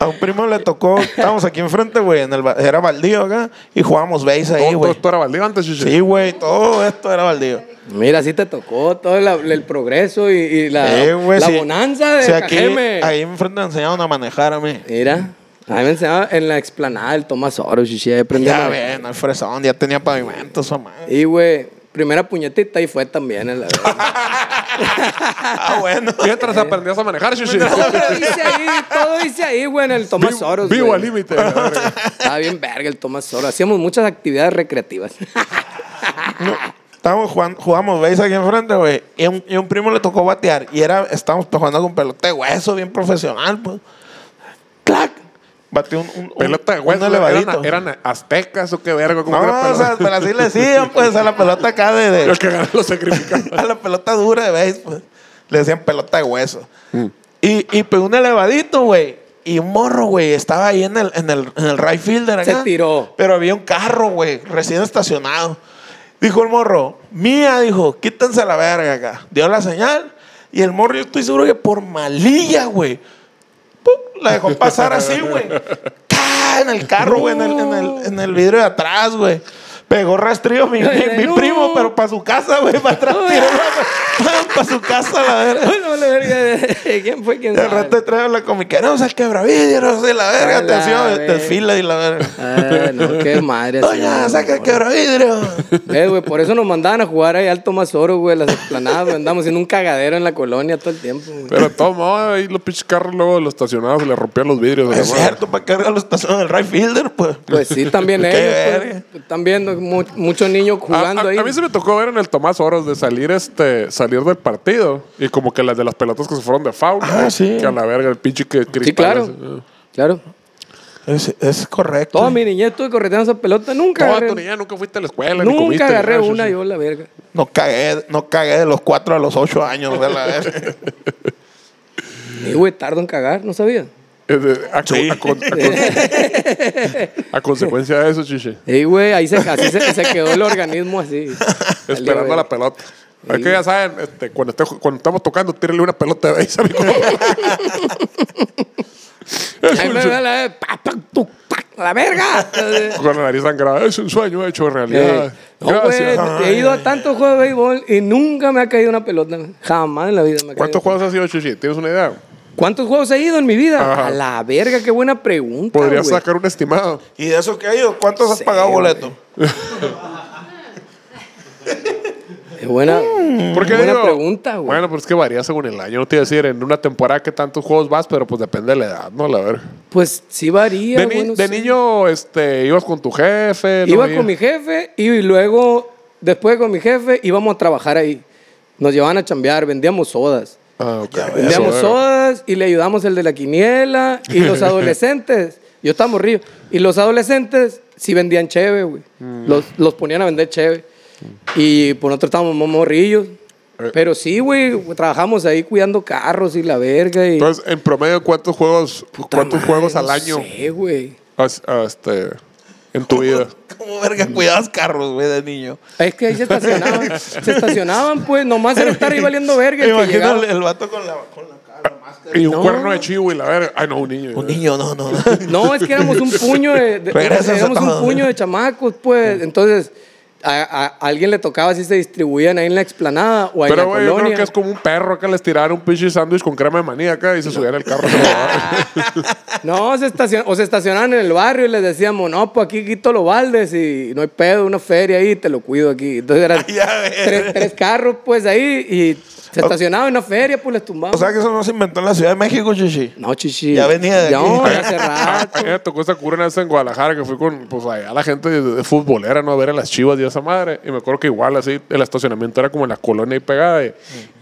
Speaker 2: A un primo le tocó, estábamos aquí enfrente, güey, en el ba- era baldío acá, y jugábamos base ahí,
Speaker 1: Todo
Speaker 2: güey.
Speaker 1: esto era baldío antes, chiche.
Speaker 2: Sí, güey, todo esto era baldío.
Speaker 3: Mira, sí te tocó todo la- el progreso y, y la,
Speaker 2: Eh, güey,
Speaker 3: la
Speaker 2: sí.
Speaker 3: bonanza de
Speaker 2: Sí, aquí,
Speaker 3: Cajeme.
Speaker 2: ahí enfrente me enseñaron a manejar a mí.
Speaker 3: Mira, a mí me enseñaba en la explanada el Tomás Oro, chichi, ahí aprendí a
Speaker 2: Ya
Speaker 3: manejar.
Speaker 2: ven, al fresón, ya tenía pavimento, su madre.
Speaker 3: Y, güey, primera puñetita y fue también en la verga.
Speaker 2: Ah, bueno.
Speaker 1: Mientras aprendías a manejar, chiche.
Speaker 3: todo hice ahí, todo hice ahí, güey, en el Tomás Oro.
Speaker 1: Vivo al límite. la verga.
Speaker 3: Estaba bien verga el Tomás Oro. Hacíamos muchas actividades recreativas.
Speaker 2: Estábamos jugando, jugamos veis aquí enfrente, güey. Y un, y un primo le tocó batear. Y era, estábamos jugando con pelota de hueso, bien profesional, pues. ¡Clac! Batió un, un-
Speaker 1: Pelota de
Speaker 2: un-
Speaker 1: hueso.
Speaker 2: un elevadito.
Speaker 1: ¿Eran, eran aztecas o qué verga? ¿Cómo
Speaker 2: no,
Speaker 1: era
Speaker 2: o sea,
Speaker 1: pelota?
Speaker 2: pero así le decían, pues, a la pelota acá de. de-
Speaker 1: Los que ganan los sacrificados.
Speaker 2: a la pelota dura de béis, pues. Le decían pelota de hueso. Y, y pegó un elevadito, güey. Y un morro, güey, estaba ahí en el, en el, en el right fielder acá.
Speaker 3: Se tiró.
Speaker 2: Pero había un carro, güey, recién estacionado. Dijo el morro, mía, dijo, quítense la verga acá. Dio la señal. Y el morro, yo estoy seguro que por malilla, güey. ¡pum! La dejó pasar así, güey. ¡Ca! En el carro, güey, en, el, en, el, en el vidrio de atrás, güey. Pegó rastrillo mi, mi- mi primo, pero para su casa, güey, para atrás. Para su casa, la verga.
Speaker 3: No, la verga. ¿Quién fue quién
Speaker 2: Y al
Speaker 3: sabe?
Speaker 2: rato trae la comiquera, no, o sea, quebra vidrio, no sé, la verga,
Speaker 3: A
Speaker 2: te
Speaker 3: la
Speaker 2: hacía
Speaker 3: verga.
Speaker 2: desfila y la verga.
Speaker 3: Ah, no, qué madre.
Speaker 2: Doña,
Speaker 3: señor.
Speaker 2: saca el quebra vidrio.
Speaker 3: Eh, güey, por eso nos mandaban a jugar ahí al Tomasoro, güey, las explanadas, güey. Andamos haciendo un cagadero en la colonia todo el tiempo, güey.
Speaker 1: Pero toma, ahí los pinches carros luego los estacionados se le rompían los vidrios. a la
Speaker 2: Es
Speaker 1: madre.
Speaker 2: cierto, para cargar los tazones del right fielder, pues.
Speaker 3: Pues sí, también
Speaker 2: Qué
Speaker 3: ellos.
Speaker 2: verga.
Speaker 3: pues, Están viendo mu- muchos niños
Speaker 1: A-
Speaker 3: jugando
Speaker 1: a,
Speaker 3: ahí.
Speaker 1: a mí se me tocó ver en el Tomás Oros de salir este salir del partido y como que las de las pelotas que se fueron de foul.
Speaker 2: Ah, sí.
Speaker 1: Que a la verga el pinche que cristal.
Speaker 3: Sí, claro.
Speaker 1: ese.
Speaker 3: Claro.
Speaker 2: Es, es correcto.
Speaker 3: Toda mi niñez estuve correteando esa pelota. Nunca
Speaker 1: Toda
Speaker 3: agarré,
Speaker 1: tu niña nunca fuiste a la escuela ni comiste.
Speaker 3: nunca
Speaker 1: ni
Speaker 3: agarré
Speaker 1: nada, sí,
Speaker 3: una
Speaker 1: sí.
Speaker 3: yo, la verga.
Speaker 2: No cagué, no cagué de los 4 a los 8 años, de la verga.
Speaker 3: Y, güey, tardo en cagar, no sabía.
Speaker 1: Es de- A, con- a con- a con- a consecuencia de eso, chiche.
Speaker 3: Y, güey, ahí se, así se, se quedó el organismo así.
Speaker 1: Esperando a la pelota. Es que ya saben, este, cuando, esté- cuando estamos tocando, tírenle una pelota de béis a mi compa.
Speaker 3: pelota. Ahí me ve la eh, pa, pa, tu, pa, a la verga.
Speaker 1: Con la nariz sangrada. Es un sueño hecho
Speaker 3: Eh,
Speaker 1: realidad.
Speaker 3: no,
Speaker 1: Gracias.
Speaker 3: güey, he ido a tantos juegos de béisbol y nunca me ha caído una pelota. Jamás en la vida me ha caído.
Speaker 1: ¿Cuántos juegos has sido, chiche? ¿Tienes una idea?
Speaker 3: ¿Cuántos juegos he ido en mi vida?
Speaker 1: Ajá.
Speaker 3: A la verga, qué buena pregunta.
Speaker 1: Podrías
Speaker 3: güey.
Speaker 1: sacar un estimado.
Speaker 2: ¿Y de eso que ha ido? ¿Cuántos has
Speaker 3: Sí,
Speaker 2: pagado
Speaker 3: güey.
Speaker 2: boleto?
Speaker 3: Es buena,
Speaker 1: Porque
Speaker 3: Mm,
Speaker 1: Mm,
Speaker 3: buena
Speaker 1: digo,
Speaker 3: pregunta, güey.
Speaker 1: Bueno, pero es que varía según el año. No te iba a decir en una temporada que tantos juegos vas, pero pues depende de la edad, ¿no? La verga.
Speaker 3: Pues sí varía.
Speaker 1: De, ni-
Speaker 3: bueno,
Speaker 1: de
Speaker 3: sí.
Speaker 1: niño, este, ibas con tu jefe. lo
Speaker 3: Iba
Speaker 1: veías.
Speaker 3: con mi jefe y, luego, después con mi jefe, íbamos a trabajar ahí. Nos llevaban a chambear, vendíamos sodas.
Speaker 1: Ah, ok.
Speaker 3: Vendíamos
Speaker 1: Eso, verga.
Speaker 3: sodas y le ayudamos el de la quiniela y los adolescentes. Yo estaba morrido. Y los adolescentes sí vendían cheve, güey.
Speaker 1: Mm.
Speaker 3: Los, los ponían a vender cheve. Y por nosotros estábamos más morrillos.
Speaker 1: Eh.
Speaker 3: Pero sí, güey, trabajamos ahí cuidando carros y la verga. Y
Speaker 1: Entonces, en promedio, ¿cuántos juegos, cuántos
Speaker 3: Puta madre,
Speaker 1: juegos al
Speaker 3: no
Speaker 1: año
Speaker 3: sé, güey.
Speaker 1: has- este, en tu vida?
Speaker 2: ¿Cómo verga cuidabas carros, güey, de niño?
Speaker 3: Es que ahí se estacionaban. se estacionaban, pues, nomás era estar ahí valiendo verga. el que
Speaker 2: Imagino
Speaker 3: llegaba.
Speaker 2: el, el vato con la, con la cara, la máscara.
Speaker 1: Y un cuerno de chivo y la verga. Ay, no, un niño.
Speaker 2: Un niño, no, no. no.
Speaker 3: No, es que éramos un puño de, de-
Speaker 2: Regrésase
Speaker 3: éramos
Speaker 2: todo.
Speaker 3: un puño de chamacos, pues. Entonces, a, a- a alguien le tocaba si se distribuían ahí en la explanada o ahí
Speaker 1: Pero,
Speaker 3: en la
Speaker 1: güey, yo creo
Speaker 3: colonia.
Speaker 1: que es como un perro acá les tiraron un pinche sándwich con crema de maní acá y se subían al carro. se lo daban.
Speaker 3: No, se estacion- o se estacionaban en el barrio y les decíamos, no, pues aquí quito los baldes y no hay pedo, una feria ahí, te lo cuido aquí. Entonces eran
Speaker 2: Ay, a ver.
Speaker 3: tres, tres carros, pues, ahí y se estacionaban en una feria, pues les tumbaban.
Speaker 2: O sea que eso no se inventó en la Ciudad de México, chichi.
Speaker 3: no, chichi.
Speaker 2: Ya venía de
Speaker 3: Ya,
Speaker 2: aquí.
Speaker 3: no, ya hace
Speaker 1: Ah,
Speaker 3: rato.
Speaker 1: A mí me tocó esa cura una vez en Guadalajara que fui con, pues allá la gente de, de futbolera, ¿no? A ver a las chivas y a esa madre. Y me acuerdo que igual así, el estacionamiento era como en la colonia y pegada. Y y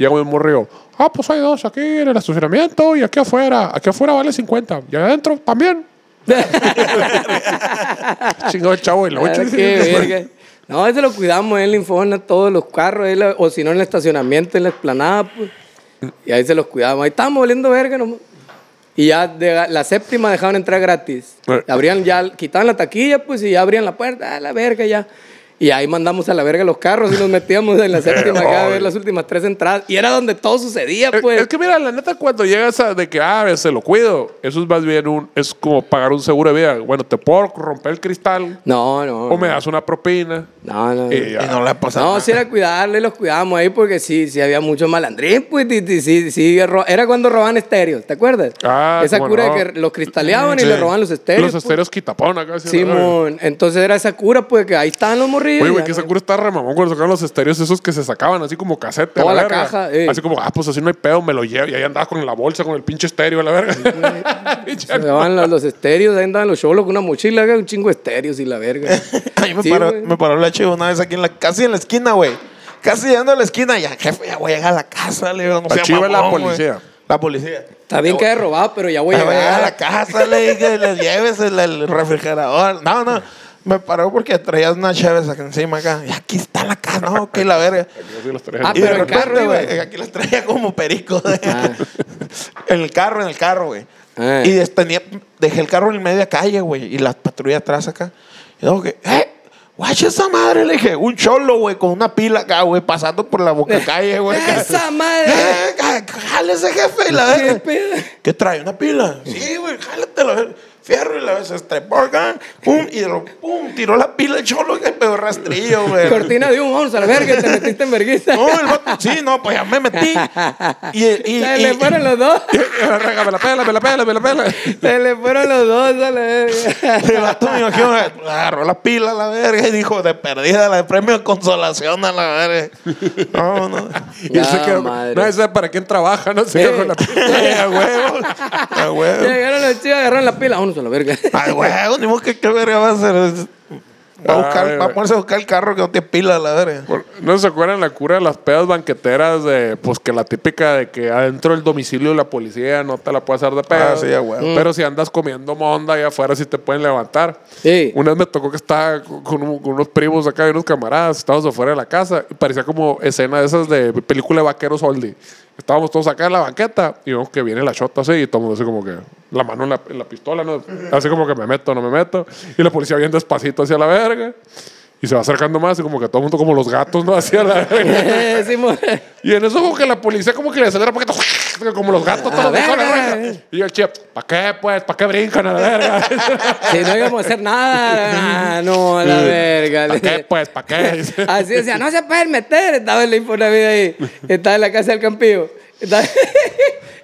Speaker 1: ya me morrió. Ah, pues hay dos aquí en el estacionamiento y aquí afuera. Aquí afuera vale 50. Y adentro también. Chingado el chavo de la
Speaker 3: Claro, Ah, qué verga. No, ese lo cuidamos en el infona, todos los carros, ahí la- o si no en el estacionamiento, en la explanada, pues. Y ahí se los cuidamos. Ahí estábamos oliendo verga nomás. Y ya de- la séptima dejaban entrar gratis.
Speaker 1: Eh.
Speaker 3: Abrían ya, quitaban la taquilla, pues, y ya abrían la puerta, a la verga ya. Y ahí mandamos a la verga los carros y nos metíamos en la séptima acá a ver las últimas tres entradas. Y era donde todo sucedía,
Speaker 1: Eh,
Speaker 3: pues.
Speaker 1: Es que mira, la neta, cuando llegas a de que, ah, se lo cuido, eso es más bien un, es como pagar un seguro de vida. Bueno, te puedo romper el cristal
Speaker 3: No, no.
Speaker 1: o me Eh, das una propina.
Speaker 3: No, no.
Speaker 1: Y
Speaker 2: Y no
Speaker 1: ya.
Speaker 2: le ha pasado.
Speaker 3: No,
Speaker 2: nada.
Speaker 3: sí era cuidarle, los cuidábamos ahí porque sí, sí había mucho malandrín, pues, y- y sí, sí, ro- era cuando robaban estéreos, ¿te acuerdas?
Speaker 1: Ah,
Speaker 3: esa
Speaker 1: cómo
Speaker 3: cura
Speaker 1: no.
Speaker 3: de que los cristaleaban
Speaker 2: Sí.
Speaker 3: y le robaban los estéreos.
Speaker 1: Los
Speaker 3: pues.
Speaker 1: estereos quitapón acá. sí, la verga.
Speaker 3: Simón, entonces era esa cura, pues, que ahí estaban los aburrido.
Speaker 1: Oye,
Speaker 3: y
Speaker 1: güey,
Speaker 3: ya
Speaker 1: que
Speaker 3: no-
Speaker 1: esa cura está ramamón cuando sacaban los estéreos esos que se sacaban así como casete. a
Speaker 3: Toda la
Speaker 1: verga.
Speaker 3: caja, eh.
Speaker 1: Así como, ah, pues así no hay pedo, me lo llevo. Y ahí andabas con la bolsa, con el pinche estéreo a la verga. Pinche
Speaker 3: Se daban los, los estéreos, ahí andaban los cholos con una mochila, güey, un chingo de estéreos y la verga.
Speaker 2: Ay, me,
Speaker 3: Sí,
Speaker 2: paró,
Speaker 3: güey.
Speaker 2: me paró la chiva una vez aquí en la, casi en la esquina, güey. Casi llegando a la esquina, ya, jefe, ya voy a llegar a la casa, le digo, no
Speaker 1: La
Speaker 2: sea
Speaker 1: chiva es la
Speaker 2: mamón, güey.
Speaker 1: policía.
Speaker 2: La policía.
Speaker 3: Está bien que haya robado, pero ya voy a
Speaker 2: Ya voy a llegar a
Speaker 3: llegar.
Speaker 2: la casa, le dije, le lleves el, el refrigerador. No, no. Me paró porque traías unas chaves acá encima acá. Y aquí está la casa, no, que la verga.
Speaker 1: Así los tres.
Speaker 3: Ah,
Speaker 2: Y
Speaker 3: pero
Speaker 2: de
Speaker 3: en
Speaker 2: repente,
Speaker 3: carro,
Speaker 2: güey,
Speaker 3: güey.
Speaker 2: Aquí las traía como perico.
Speaker 3: Ah.
Speaker 2: en el carro, en el carro, güey.
Speaker 3: Ah.
Speaker 2: Y des- tenía- dejé el carro en media calle, güey. Y la patrulla atrás acá. Y luego que, ¡eh! ¡Guacha esa madre! Le dije, un cholo, güey, con una pila acá, güey, pasando por la boca calle, güey.
Speaker 3: ¡Esa madre!
Speaker 2: ¡Eh! ca- ¡Jale ese jefe! Y la
Speaker 3: ¿Qué
Speaker 2: verga.
Speaker 3: pedo?
Speaker 2: ¿Qué trae? ¿Una pila? Sí, güey, jálate la verga. Fierro y la vez se estrepó acá. Pum, y lo, pum, tiró la pila el cholo que pegó rastrillo, güey.
Speaker 3: Cortina de un once, a la verga, te metiste en vergüenza.
Speaker 2: No, Oh, el vato, sí, no, pues ya me metí. Y, y,
Speaker 3: Se
Speaker 2: y-
Speaker 3: le fueron los dos.
Speaker 1: Verga, me la pela, me la pela, me la pela.
Speaker 3: Se le fueron los dos, a la verga.
Speaker 2: el vato me imagino, agarró la pila a la verga y dijo, de perdida la de premio de consolación a la verga. No, no.
Speaker 1: Y él se
Speaker 3: Ah,
Speaker 1: quedó.
Speaker 3: madre.
Speaker 1: Nadie sabe para quién trabaja, no sé.
Speaker 3: Eh.
Speaker 1: con la
Speaker 2: A huevo, a huevo.
Speaker 3: Llegaron los chicos, agarraron la pila. Vámonos a la verga.
Speaker 2: A huevo, ni modo que qué verga va a hacer. Va a, buscar,
Speaker 1: Ay,
Speaker 2: va a
Speaker 1: güey.
Speaker 2: ponerse a buscar el carro que no tiene pila a la verga.
Speaker 1: Por- ¿No se acuerdan la cura de las pedas banqueteras? De, pues que la típica de que adentro del domicilio la policía no te la puede hacer de pedo.
Speaker 2: Ah, sí, a huevo.
Speaker 1: Pero si andas comiendo monda allá afuera, sí te pueden levantar.
Speaker 3: Sí.
Speaker 1: Una vez me tocó que estaba con, con un- con unos primos acá y unos camaradas. Estábamos afuera de la casa y parecía como escena de esas de película de vaqueros oldie. Estábamos todos acá en la banqueta y vemos que viene la chota así y todo el mundo así como que la mano en la, en la pistola, ¿no? Así como que me meto, no me meto. Y la policía bien despacito hacia la verga. Y se va acercando más y como que todo el mundo como los gatos, ¿no? Hacia la verga.
Speaker 3: Eh, Simón.
Speaker 1: Y en eso como que la policía como que le acelera un poquito, como los gatos todos.
Speaker 3: A la
Speaker 1: así, con la
Speaker 3: verga.
Speaker 1: verga. Y yo, el chip, ¿para qué pues? ¿Para qué brincan a la verga?
Speaker 3: Si no íbamos a hacer nada. Ah, no, a la verga.
Speaker 1: ¿Para qué pues? ¿Para qué?
Speaker 3: Así decía, no se pueden meter. Estaba en la Infonavit ahí. Estaba en la casa del Campillo. Estaba-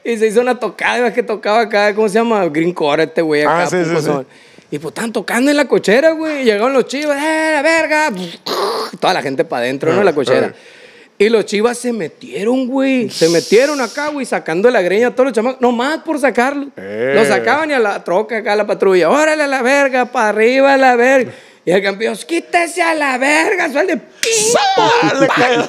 Speaker 3: y se hizo una tocada. ibas que tocaba acá, ¿cómo se llama? Green Core, este güey acá.
Speaker 2: Ah, sí, sí,
Speaker 3: pocosón. Y pues estaban tocando en la cochera, güey. Y Llegaron los chivas, ¡eh, la verga! Toda la gente para
Speaker 2: Ah,
Speaker 3: adentro, ¿no? En la cochera. Y los chivas se metieron, güey. Se metieron acá, güey, sacando la greña a todos los chamacos. Nomás por sacarlo.
Speaker 1: Eh.
Speaker 3: Los sacaban y a la troca acá, a la patrulla. Órale a la verga, para arriba a la verga. Y el campeón, quítese a la verga, suelde.
Speaker 2: ¡Sá! Ah, Le cayó.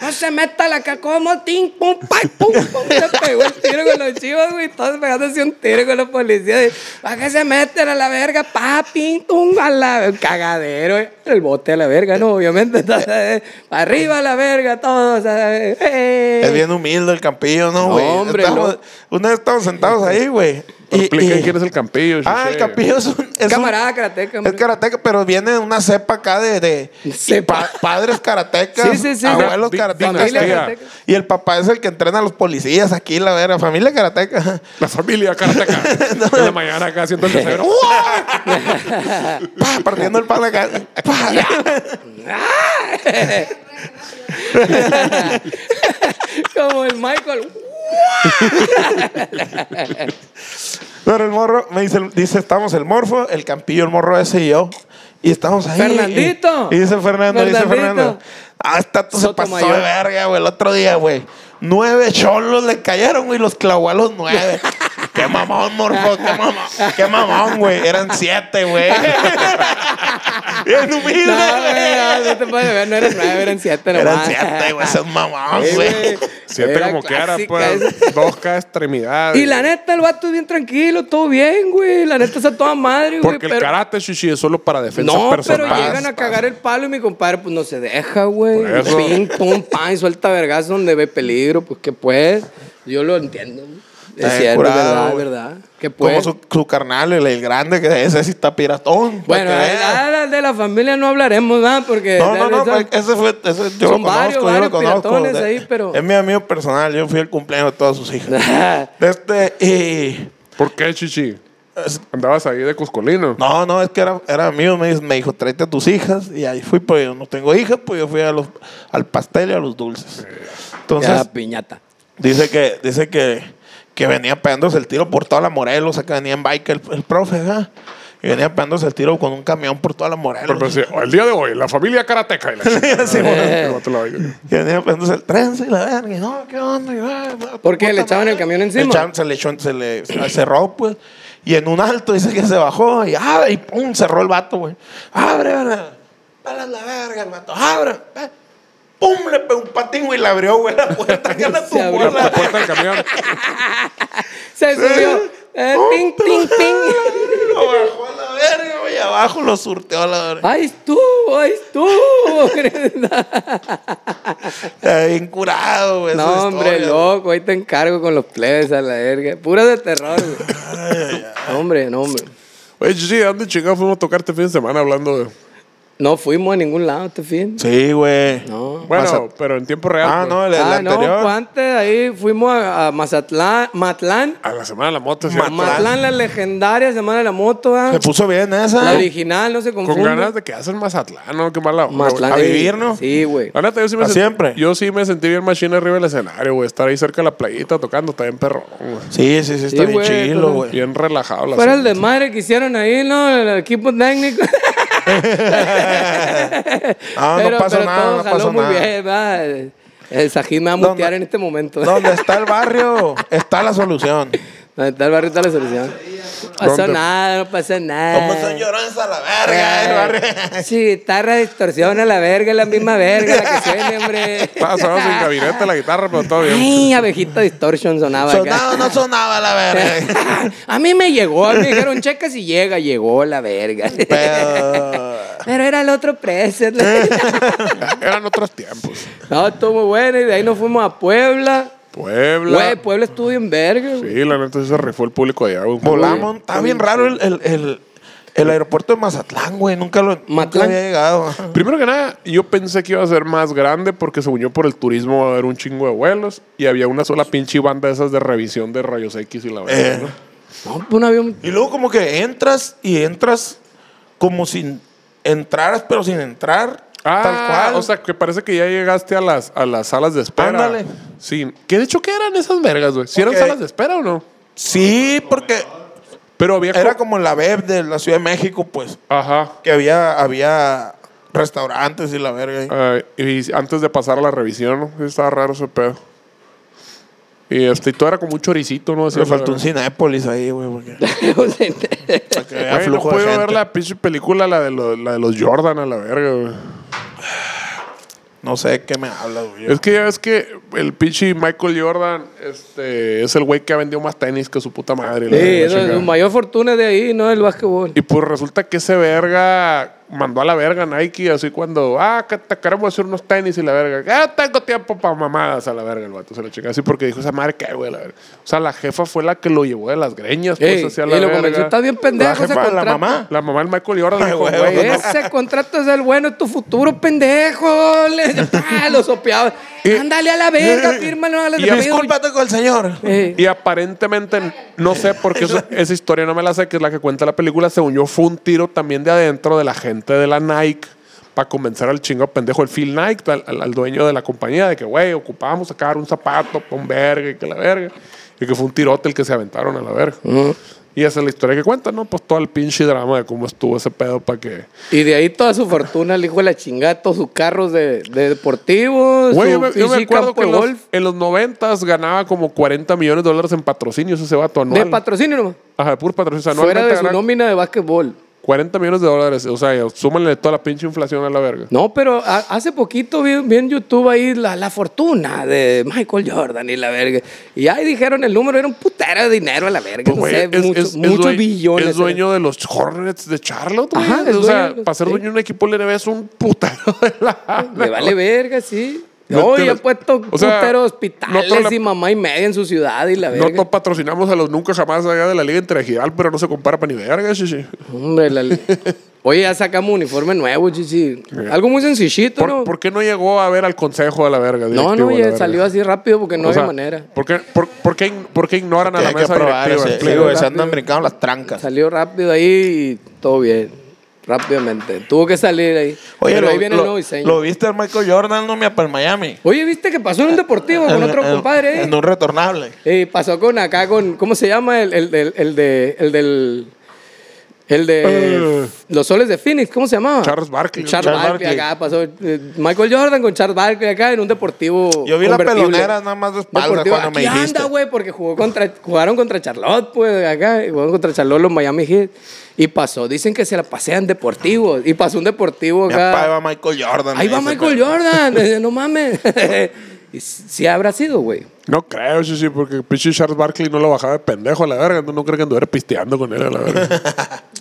Speaker 3: No se meta la caca como tin, pum, pay, pum, pum. Se pegó el tiro con los chivos, güey. Todos pegándose un tiro con los policías. ¿Para qué se meten a la verga? Pa, pin, tum, a la cagadero. eh. El bote a la verga, no, obviamente. Entonces, eh, arriba a la verga, todos. eh, eh.
Speaker 2: Es bien humilde el campillo, ¿no,
Speaker 3: No,
Speaker 2: güey?
Speaker 3: hombre,
Speaker 2: Estamos- Una vez estábamos sentados ahí, güey. y-
Speaker 1: Expliquen
Speaker 2: y-
Speaker 1: quién es el campillo.
Speaker 2: Ah, el
Speaker 1: Chuché.
Speaker 2: campillo es un... Es un-
Speaker 3: Camarada karateca, hombre.
Speaker 2: Es karateca, pero viene de una cepa acá de... de
Speaker 3: Cepa.
Speaker 2: pa- padres karatecas,
Speaker 3: Sí, sí, sí.
Speaker 2: abuelos
Speaker 1: Di-
Speaker 2: karatecas.
Speaker 1: dinastía.
Speaker 2: acá. Y el papá es el que entrena a los policías aquí, la vera. Familia karateca.
Speaker 1: La familia Karateka. En la mañana acá haciendo el desayuno.
Speaker 2: Pa, partiendo el pan acá. Pa.
Speaker 3: Como el Michael.
Speaker 2: Pero el morro, me dice, dice, estamos el morfo, el campillo, el morro ese y yo. Y estamos ahí.
Speaker 3: Fernandito.
Speaker 2: Y, y dice Fernando, dice
Speaker 3: Fernandito.
Speaker 2: Fernando. Hasta tú se pasó
Speaker 3: Sotomayor.
Speaker 2: de verga, güey, el otro día, güey. Nueve cholos le cayeron, güey, y los clavó a los nueve. qué mamón, morfo, qué mamón, qué mamón, güey. Eran siete, güey. Bien humilde,
Speaker 3: No, güey, no,
Speaker 2: güey.
Speaker 3: no te puedes ver, no eran nueve, eran siete nomás.
Speaker 2: Eran siete, güey, ese es mamón,
Speaker 3: Sí,
Speaker 2: güey.
Speaker 3: güey.
Speaker 1: Siete
Speaker 3: Era
Speaker 1: como que era,
Speaker 3: clásica esa.
Speaker 1: pues. Dos cada extremidad.
Speaker 3: Y la neta, el vato es bien tranquilo, todo bien, güey. La neta está toda madre, güey.
Speaker 1: Porque el
Speaker 3: pero-
Speaker 1: karate, Shishi, es solo para defensa
Speaker 3: No,
Speaker 1: personal.
Speaker 3: pero llegan a cagar el palo y mi compadre, pues no se deja, güey.
Speaker 1: Por eso.
Speaker 3: Ping, pum, pan, y suelta vergas donde ve peligro, pues que pues. Yo lo entiendo. Es
Speaker 2: Está bien
Speaker 3: cierto, es
Speaker 2: curado,
Speaker 3: verdad, es
Speaker 2: güey.
Speaker 3: verdad. Que
Speaker 2: Como
Speaker 3: pues.
Speaker 2: su, su carnal, el, el grande, que ese sí está piratón. para
Speaker 3: Bueno, ah,
Speaker 2: que
Speaker 3: de
Speaker 2: veas.
Speaker 3: la, de la familia no hablaremos, ¿verdad? Porque.
Speaker 2: No,
Speaker 3: la
Speaker 2: no, no,
Speaker 3: neta-
Speaker 2: pues, ese fue, ese yo
Speaker 3: Son
Speaker 2: lo conozco,
Speaker 3: varios,
Speaker 2: yo
Speaker 3: varios
Speaker 2: lo conozco.
Speaker 3: piratones
Speaker 2: de-
Speaker 3: ahí, pero-
Speaker 2: Es mi amigo personal, yo fui el cumpleaños de todas sus hijas. De este, y...
Speaker 1: ¿Por qué, Shishi?
Speaker 2: es-
Speaker 1: Andabas ahí de coscolino.
Speaker 2: no, no, es que era, era amigo, me, dijo- me dijo, tráete a tus hijas, y ahí fui, pues yo no tengo hijas, pues yo fui a los, al pastel y a los dulces. Entonces,
Speaker 3: Ya, la piñata.
Speaker 2: dice que, dice que, que venía pegándose el tiro por toda la Morelos, acá venía en bike el, el profe, ¿verdad? Y venía pegándose el tiro con un camión por toda la Morelos.
Speaker 1: Pero, pero sí, Pues, eh, el día de hoy, la familia karateca. Y la chingada,
Speaker 2: Sí,
Speaker 1: ¿no?
Speaker 2: bueno.
Speaker 1: Que el vato la oiga.
Speaker 2: Y venía pegándose el trenza y la verga. Y no, ¿qué onda? Y, ah, ah,
Speaker 3: ¿Por qué?
Speaker 2: puta
Speaker 3: ¿Le echaban
Speaker 2: madre.
Speaker 3: el camión encima?
Speaker 2: Le echaban- se le echó, se le se le cerró, pues. Y en un alto dice que se bajó y abre, y pum, cerró el vato, güey. Abre, abre. Pela la verga, el vato. Abre. pe- Pum, le pegó un patín, güey, y le abrió, güey, la puerta. que la
Speaker 3: Se
Speaker 2: tumbó
Speaker 3: abrió
Speaker 2: la-
Speaker 1: La puerta del camión.
Speaker 3: Se subió. Eh, ting, ting, ting.
Speaker 2: Lo bajó a la verga, güey, abajo lo surteó a la verga.
Speaker 3: ¡Ahí estuvo! ¡Ahí estuvo!
Speaker 2: Está bien curado, güey.
Speaker 3: no, hombre,
Speaker 2: loco.
Speaker 3: loco. Ahí te encargo con los plebes a la verga. Pura de terror, güey. No, hombre, no, hombre.
Speaker 1: Oye, Gigi, ¿a ¿dónde chingados fuimos a tocar este fin de semana hablando de.
Speaker 3: No fuimos a ningún lado este fin.
Speaker 2: Sí, güey.
Speaker 3: No.
Speaker 1: Bueno,
Speaker 2: Mazat-
Speaker 1: pero en tiempo real.
Speaker 2: Ah,
Speaker 1: pues.
Speaker 2: no, el, el
Speaker 3: ah, no,
Speaker 2: anterior.
Speaker 3: pues antes de ahí fuimos a, a Mazatlán, Matlán.
Speaker 1: A la semana de la moto, sí.
Speaker 2: Matlán.
Speaker 3: Matlán, la legendaria Semana de la Moto, ¿ah?
Speaker 2: Se puso bien
Speaker 3: La
Speaker 2: esa.
Speaker 3: original, no se
Speaker 1: Con
Speaker 3: confunda.
Speaker 1: ganas de que hacen Mazatlán, ¿no? Qué mala onda, güey.
Speaker 3: Mazatlán
Speaker 2: a
Speaker 3: de-
Speaker 2: vivir, ¿no?
Speaker 3: Sí, güey.
Speaker 1: La neta, yo sí me
Speaker 2: Pa'
Speaker 1: sent-
Speaker 2: siempre.
Speaker 1: Yo sí me sentí bien machine arriba del escenario, güey. Estar ahí cerca de la playita tocando, está bien perrón, güey.
Speaker 2: Sí, sí, sí, está
Speaker 3: Sí,
Speaker 2: bien
Speaker 3: güey,
Speaker 2: chilo,
Speaker 3: todo.
Speaker 2: güey.
Speaker 1: Bien relajado la
Speaker 3: Fuera el
Speaker 1: asunto.
Speaker 3: desmadre que hicieron ahí, ¿no? El equipo técnico.
Speaker 2: Ah, no
Speaker 3: Pero-
Speaker 2: pasó
Speaker 3: pero
Speaker 2: nada,
Speaker 3: todo
Speaker 2: no
Speaker 3: jaló
Speaker 2: pasó
Speaker 3: muy
Speaker 2: nada.
Speaker 3: bien, va. El Sajid me va a
Speaker 2: ¿Dónde-
Speaker 3: mutear en este momento.
Speaker 2: Donde está el barrio, está la solución.
Speaker 3: ¿Dónde está el barrio? Está la solución. No pasó
Speaker 1: ¿Dónde?
Speaker 3: nada, no pasó nada.
Speaker 2: ¿Cómo son llorones pues a la verga, el
Speaker 3: Ay,
Speaker 2: barrio?
Speaker 3: Sí, guitarra distorsiona la verga, es la misma verga la que suena, hombre.
Speaker 1: Ah, Estaba sonando sin gabinete la guitarra, pero todo bien.
Speaker 3: Ay, abejita distortion sonaba
Speaker 2: Sonaba o
Speaker 3: acá.
Speaker 2: no sonaba la verga.
Speaker 3: a mí me llegó, a mí me dijeron, checa si llega, llegó la verga.
Speaker 2: Pero.
Speaker 3: Pero era el otro precio.
Speaker 1: Eran otros tiempos.
Speaker 3: no, estuvo muy bueno y de ahí nos fuimos a Puebla.
Speaker 1: Puebla.
Speaker 3: Güey, pues. Puebla estuvo en verga, güey.
Speaker 1: Sí, la neta sí se rifó el público de allá, güey.
Speaker 2: Volamos. Está bien raro el, el, el, el aeropuerto de Mazatlán, güey. Nunca lo nunca
Speaker 3: Matlán.
Speaker 2: había llegado.
Speaker 1: Primero que nada, yo pensé que iba a ser más grande porque según yo por el turismo va a haber un chingo de vuelos y había una sola pinche banda de esas de revisión de rayos X y la verdad.
Speaker 2: Eh.
Speaker 3: No, pues un avión.
Speaker 2: Y luego como que entras y entras como sin entraras, pero sin entrar.
Speaker 1: Ah,
Speaker 2: tal cual.
Speaker 1: o sea, que parece que ya llegaste a las, a las salas de espera.
Speaker 2: Ándale.
Speaker 1: Sí. Que de hecho, ¿qué eran esas vergas, güey? ¿Si eran
Speaker 2: Ok.
Speaker 1: salas de espera o no?
Speaker 2: sí, porque
Speaker 1: Pero había...
Speaker 2: era
Speaker 1: co-
Speaker 2: como la web de la Ciudad de México, pues.
Speaker 1: Ajá.
Speaker 2: Que había, había restaurantes y la verga. ahí.
Speaker 1: Ah, y antes de pasar a la revisión, ¿no? Sí, estaba raro ese pedo. Y este, y todo era como un choricito, ¿no? Así,
Speaker 2: Le faltó
Speaker 1: la-
Speaker 2: un Cinépolis ahí, güey. Porque, para que
Speaker 1: Güey,
Speaker 2: vea
Speaker 1: no
Speaker 2: flujo de
Speaker 1: puedo
Speaker 2: gente.
Speaker 1: ver la pinche película, la de, los, la de los Jordan, a la verga, güey.
Speaker 2: No sé de qué me hablas, güey.
Speaker 1: Es que ya ves que el pinche Michael Jordan este, es el güey que ha vendido más tenis que su puta madre. la
Speaker 3: Sí,
Speaker 1: verga,
Speaker 3: eso,
Speaker 1: chingada.
Speaker 3: su mayor fortuna es de ahí, no del básquetbol.
Speaker 1: Y pues resulta que ese verga mandó a la verga a Nike, así cuando, ah, que te queremos hacer unos tenis y la verga. Ya tengo tiempo para mamadas a la verga el vato, se lo chinga así porque dijo esa madre que, güey, la verga. O sea, la jefa fue la que lo llevó de las greñas,
Speaker 3: Ey,
Speaker 1: pues, hacia la
Speaker 3: y lo
Speaker 1: verga.
Speaker 3: convenció, "Estás bien pendejo,
Speaker 1: La
Speaker 3: ese
Speaker 1: jefa- la
Speaker 3: contrato".
Speaker 1: mamá. La mamá del Michael Jordan
Speaker 2: Ay,
Speaker 1: dijo,
Speaker 2: güey,
Speaker 1: güey, no
Speaker 3: Ese contrato es el bueno, es tu futuro, pendejo. Le- Ah, lo sopeaba. Ándale a la verga, fírmalo. a la
Speaker 1: Y-
Speaker 2: Discúlpate con el señor.
Speaker 3: Eh,
Speaker 1: Y aparentemente, no sé por qué eso- esa historia no me la sé, que es la que cuenta la película, según yo, fue un tiro también de adentro de la gente de la Nike para convencer al chingo pendejo, el Phil Nike, al, al- al dueño de la compañía, de que, güey, ocupábamos sacar un zapato, pon verga, y que la verga. Y que fue un tirote el que se aventaron a la verga. Y esa es la historia que cuenta, ¿no? Pues todo el pinche drama de cómo estuvo ese pedo para que...
Speaker 3: y de ahí toda su fortuna, el hijo de la chingada, todos sus carros de, de deportivos,
Speaker 1: Güey,
Speaker 3: Pues su
Speaker 1: yo me, yo me
Speaker 3: física,
Speaker 1: acuerdo que
Speaker 3: campo
Speaker 1: en
Speaker 3: de
Speaker 1: los,
Speaker 3: golf.
Speaker 1: en los 90s ganaba como 40 millones de dólares en patrocinios ese vato anual.
Speaker 3: De patrocinio nomás.
Speaker 1: Ajá, de puros patrocinios
Speaker 3: Fuera de
Speaker 1: anualmente
Speaker 3: su
Speaker 1: ganaba-
Speaker 3: nómina de básquetbol.
Speaker 1: 40 millones de dólares. O sea, súmale toda la pinche inflación a la verga.
Speaker 3: No, pero a- hace poquito vi, vi en YouTube ahí la, la fortuna de Michael Jordan y la verga. Y ahí dijeron el número, era un putero de dinero a la verga.
Speaker 1: Pues,
Speaker 3: no
Speaker 1: güey,
Speaker 3: sé,
Speaker 1: es-
Speaker 3: mucho-
Speaker 1: es- es
Speaker 3: muchos
Speaker 1: dueño-
Speaker 3: billones. eh.
Speaker 1: Es dueño de los Hornets de Charlotte, güey.
Speaker 3: Ajá, es
Speaker 1: o sea,
Speaker 3: dueño de los-
Speaker 1: para ser
Speaker 3: sí.
Speaker 1: dueño de un equipo del NBA es un putero de la.
Speaker 3: Le vale verga, sí.
Speaker 1: No
Speaker 3: No, y
Speaker 1: entiendo.
Speaker 3: han puesto
Speaker 1: O sea,
Speaker 3: putero
Speaker 1: no toda
Speaker 3: hospitales
Speaker 1: la-
Speaker 3: y mamá y media en su ciudad y la verga.
Speaker 1: No, no patrocinamos a los nunca jamás allá de la Liga Interregional, pero no se compara para ni verga, chichi.
Speaker 3: Hombre, la... Oye, ya sacamos uniforme nuevo, chichi. Algo muy sencillito,
Speaker 1: ¿Por,
Speaker 3: ¿no?
Speaker 1: por qué no llegó a ver al consejo de la verga?
Speaker 3: no,
Speaker 1: directivo
Speaker 3: no,
Speaker 1: de la
Speaker 3: ya
Speaker 1: verga?
Speaker 3: salió así rápido porque no
Speaker 1: O
Speaker 3: había
Speaker 1: sea,
Speaker 3: manera.
Speaker 1: ¿por qué, por, por qué ign- por qué ignoran a la
Speaker 2: Hay que
Speaker 1: mesa
Speaker 2: probar
Speaker 1: directiva?
Speaker 2: ese.
Speaker 1: Explica.
Speaker 2: Sí, güey, se
Speaker 3: rápido.
Speaker 2: andan brincando las trancas.
Speaker 3: Salió rápido ahí y todo bien. Rápidamente. Tuvo que salir ahí.
Speaker 2: Oye,
Speaker 3: Pero
Speaker 2: lo,
Speaker 3: ahí viene
Speaker 2: lo-
Speaker 3: el nuevo diseño.
Speaker 2: lo viste al Michael Jordan, no me para el Miami.
Speaker 3: Oye, ¿viste que pasó en un deportivo con
Speaker 2: En-
Speaker 3: otro
Speaker 2: en-
Speaker 3: compadre?
Speaker 2: En un retornable.
Speaker 3: Eh? Eh, pasó con acá, con... ¿Cómo se llama? El, el, del- el de, el del... El de
Speaker 1: Eh.
Speaker 3: Los Soles de Phoenix, ¿cómo se llamaba?
Speaker 1: Charles Barkley.
Speaker 3: Charles,
Speaker 2: Charles
Speaker 3: Barkley,
Speaker 2: Barkley.
Speaker 3: acá pasó. eh, Michael Jordan con Charles Barkley acá en un deportivo.
Speaker 2: Yo vi la
Speaker 3: convertible.
Speaker 2: pelonera nada más de espalda
Speaker 3: Deportivo,
Speaker 2: cuando me
Speaker 3: aquí
Speaker 2: dijiste.
Speaker 3: anda, güey, porque jugó contra, jugaron contra Charlotte, pues, acá. y Jugaron contra Charlotte los Miami Heat. Y pasó. Dicen que se la pasean deportivos. Y pasó un deportivo
Speaker 2: Mi
Speaker 3: acá.
Speaker 2: papá iba Michael Jordan.
Speaker 3: Ahí va
Speaker 2: ese
Speaker 3: Michael
Speaker 2: pedo.
Speaker 3: Jordan. eh, no mames. y sí habrá sido, güey.
Speaker 1: No creo, sí, sí, porque pinche Charles Barkley no lo bajaba de pendejo a la verga. No, no creo que anduviera pisteando con él a la verga.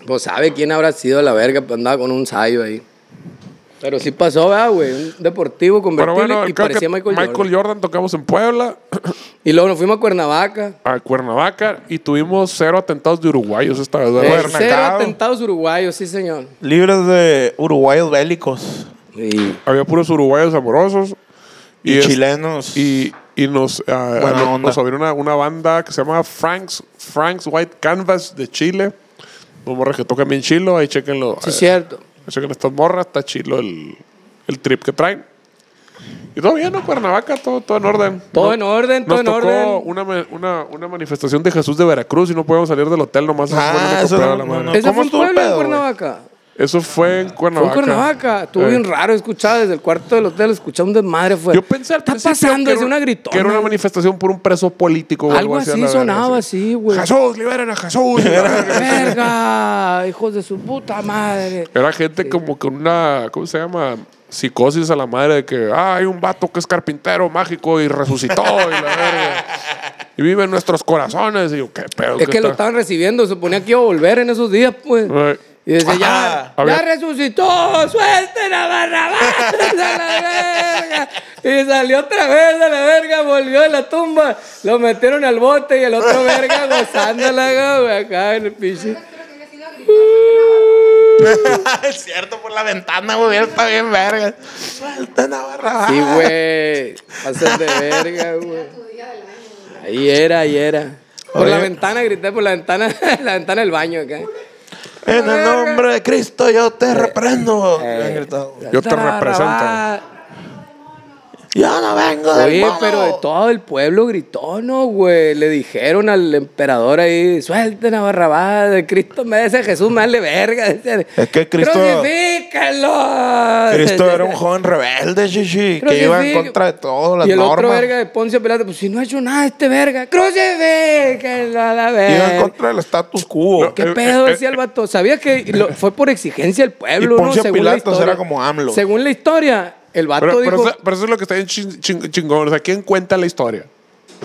Speaker 3: Pues sabe quién habrá sido la verga, pues, andaba con un sayo ahí. Pero sí pasó, ¿verdad, güey? Un deportivo
Speaker 1: Pero
Speaker 3: convertible
Speaker 1: bueno,
Speaker 3: y
Speaker 1: creo que
Speaker 3: parecía Michael, Jordan.
Speaker 1: tocamos en Puebla,
Speaker 3: Y luego nos fuimos a Cuernavaca.
Speaker 1: a Cuernavaca, y tuvimos cero atentados de uruguayos esta vez.
Speaker 3: Eh,
Speaker 1: ¿verdad?
Speaker 3: cero
Speaker 2: Cuernacao.
Speaker 3: atentados uruguayos, sí, señor.
Speaker 2: Libres de uruguayos bélicos
Speaker 3: Y
Speaker 1: Había puros uruguayos amorosos.
Speaker 2: y,
Speaker 1: es-
Speaker 2: chilenos.
Speaker 1: Y, y nos, ah,
Speaker 2: Buena
Speaker 1: nos-
Speaker 2: onda.
Speaker 1: nos abrieron una, una banda que se llama Frank's, Frank's White Canvas de Chile. Los morras que tocan bien chilo, ahí chequenlo. eh,
Speaker 3: sí, cierto.
Speaker 1: chequen estas morras, está chilo el, el trip que traen. Y todo bien, ¿no? Cuernavaca, todo, todo en orden.
Speaker 3: Todo
Speaker 1: No-
Speaker 3: en orden, todo
Speaker 1: nos
Speaker 3: en
Speaker 1: tocó
Speaker 3: orden.
Speaker 1: Una, me- una, una manifestación de Jesús de Veracruz y no podíamos salir del hotel nomás.
Speaker 2: Ah,
Speaker 1: fue lo único
Speaker 2: eso
Speaker 1: pedo
Speaker 2: no-
Speaker 1: a la
Speaker 2: no,
Speaker 1: madre.
Speaker 2: no.
Speaker 3: Ese
Speaker 2: ¿Cómo
Speaker 3: fue en
Speaker 2: estuvo el
Speaker 3: Puebla, en
Speaker 2: pedo, güey?
Speaker 3: Cuernavaca.
Speaker 1: Eso fue en
Speaker 3: Fue en
Speaker 1: Cuernavaca.
Speaker 3: Cuernavaca. Estuvo
Speaker 1: Eh.
Speaker 3: bien raro escuchar desde el cuarto del hotel, escuchar un desmadre fuera.
Speaker 1: Yo pensé al
Speaker 3: Está
Speaker 1: principio
Speaker 3: pasando,
Speaker 1: que,
Speaker 3: es
Speaker 1: era,
Speaker 3: una gritona.
Speaker 1: que era una manifestación por un preso político. o
Speaker 3: Algo
Speaker 1: a
Speaker 3: así
Speaker 1: la verga,
Speaker 3: sonaba así, güey.
Speaker 1: Jesús, liberen a Jesús.
Speaker 3: Verga, hijos de su puta madre.
Speaker 1: Era gente como con una, ¿cómo se llama? Psicosis a la madre de que ah, hay un vato que es carpintero mágico y resucitó y la verga. Y vive en nuestros corazones. Y yo, qué pedo.
Speaker 3: Es
Speaker 1: ¿Qué
Speaker 3: que lo
Speaker 1: está?
Speaker 3: estaban recibiendo, suponía que iba a volver en esos días, pues.
Speaker 1: Ay.
Speaker 3: Y decía, ya,
Speaker 2: Ajá.
Speaker 1: A
Speaker 3: ya
Speaker 1: ver.
Speaker 3: resucitó, suelten a Barrabás a la verga. Y salió otra vez a la verga, volvió de la tumba, lo metieron al bote y el otro verga gozándola, güey, acá en el pinche.
Speaker 2: es cierto, por la ventana, güey. Está bien, verga. Suelta Navarra.
Speaker 3: Sí, güey, pasas de verga, güey. Ahí era, ahí era. Por la
Speaker 2: Oye.
Speaker 3: ventana, grité por la ventana, la ventana del baño acá.
Speaker 2: En el nombre de Cristo yo
Speaker 3: Eh,
Speaker 2: te reprendo. Han gritado.
Speaker 1: Yo te
Speaker 3: Barrabás.
Speaker 2: Yo no vengo del
Speaker 3: Oye,
Speaker 2: mono.
Speaker 3: pero de todo el pueblo gritó, ¿no, güey? Le dijeron al emperador ahí, suelten a Barrabás, de Cristo me dice Jesús, me vale verga. decían.
Speaker 2: Es que Cristo-
Speaker 3: ¡Crucifícalo!
Speaker 2: Cristo era un joven rebelde, chichi, que iba en
Speaker 3: Crucifica-
Speaker 2: contra de todo, las
Speaker 3: Y el
Speaker 2: normas.
Speaker 3: otro verga de Poncio Pilato, pues si no ha hecho nada este verga, ¡crucifícalo a
Speaker 2: Iba
Speaker 3: la
Speaker 2: en
Speaker 3: verga!
Speaker 2: contra eh, del status quo.
Speaker 3: ¿Qué pedo decía el vato? Sabía que lo- fue por exigencia del pueblo,
Speaker 2: Y
Speaker 3: ¿no?
Speaker 2: Poncio
Speaker 3: Según la
Speaker 2: Pilatos
Speaker 3: historia-
Speaker 2: era como AMLO.
Speaker 3: Según la historia, el vato
Speaker 1: Pero,
Speaker 3: dijo...
Speaker 1: pero eso, pero eso es lo que está bien chin- chin- chingón. O sea, ¿quién cuenta la historia?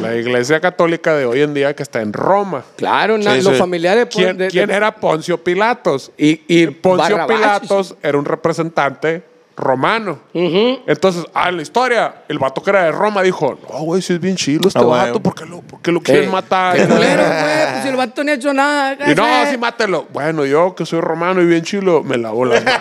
Speaker 1: La iglesia católica de hoy en día que está en Roma.
Speaker 3: Claro, na-
Speaker 2: Sí,
Speaker 3: los
Speaker 2: sí.
Speaker 3: familiares... de Pon-
Speaker 1: ¿Quién,
Speaker 3: de- de-
Speaker 1: quién era Poncio Pilatos?
Speaker 3: Y, y
Speaker 1: Poncio
Speaker 3: Barrabás.
Speaker 1: Pilatos era un representante romano. Entonces, ah, en la historia, el vato que era de Roma dijo, no, güey, si es bien chilo este
Speaker 2: Ah, güey.
Speaker 1: vato, ¿por qué lo, por qué lo
Speaker 3: Sí.
Speaker 1: quieren matar?
Speaker 3: Eh, Qué culero, güey, pues si el vato no ha hecho nada.
Speaker 1: Y no, sí, mátelo. Bueno, yo que soy romano y bien chilo, me lavo la mano.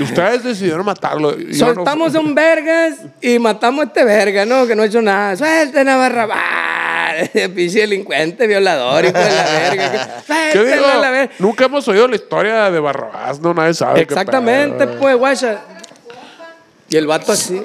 Speaker 1: Y ustedes decidieron matarlo. Y yo no-
Speaker 3: Soltamos a un vergas y matamos a este verga, ¿no? Que no ha hecho nada. Suelten a Barrabás. Pinche delincuente, violador, hijo de la verga.
Speaker 1: ¿Qué
Speaker 3: Suelten
Speaker 1: digo?
Speaker 3: a la verga.
Speaker 1: Nunca hemos oído la historia de Barrabás, no nadie sabe. qué
Speaker 3: Exactamente,
Speaker 1: pedo. eh.
Speaker 3: pues, guacha. Y el vato así.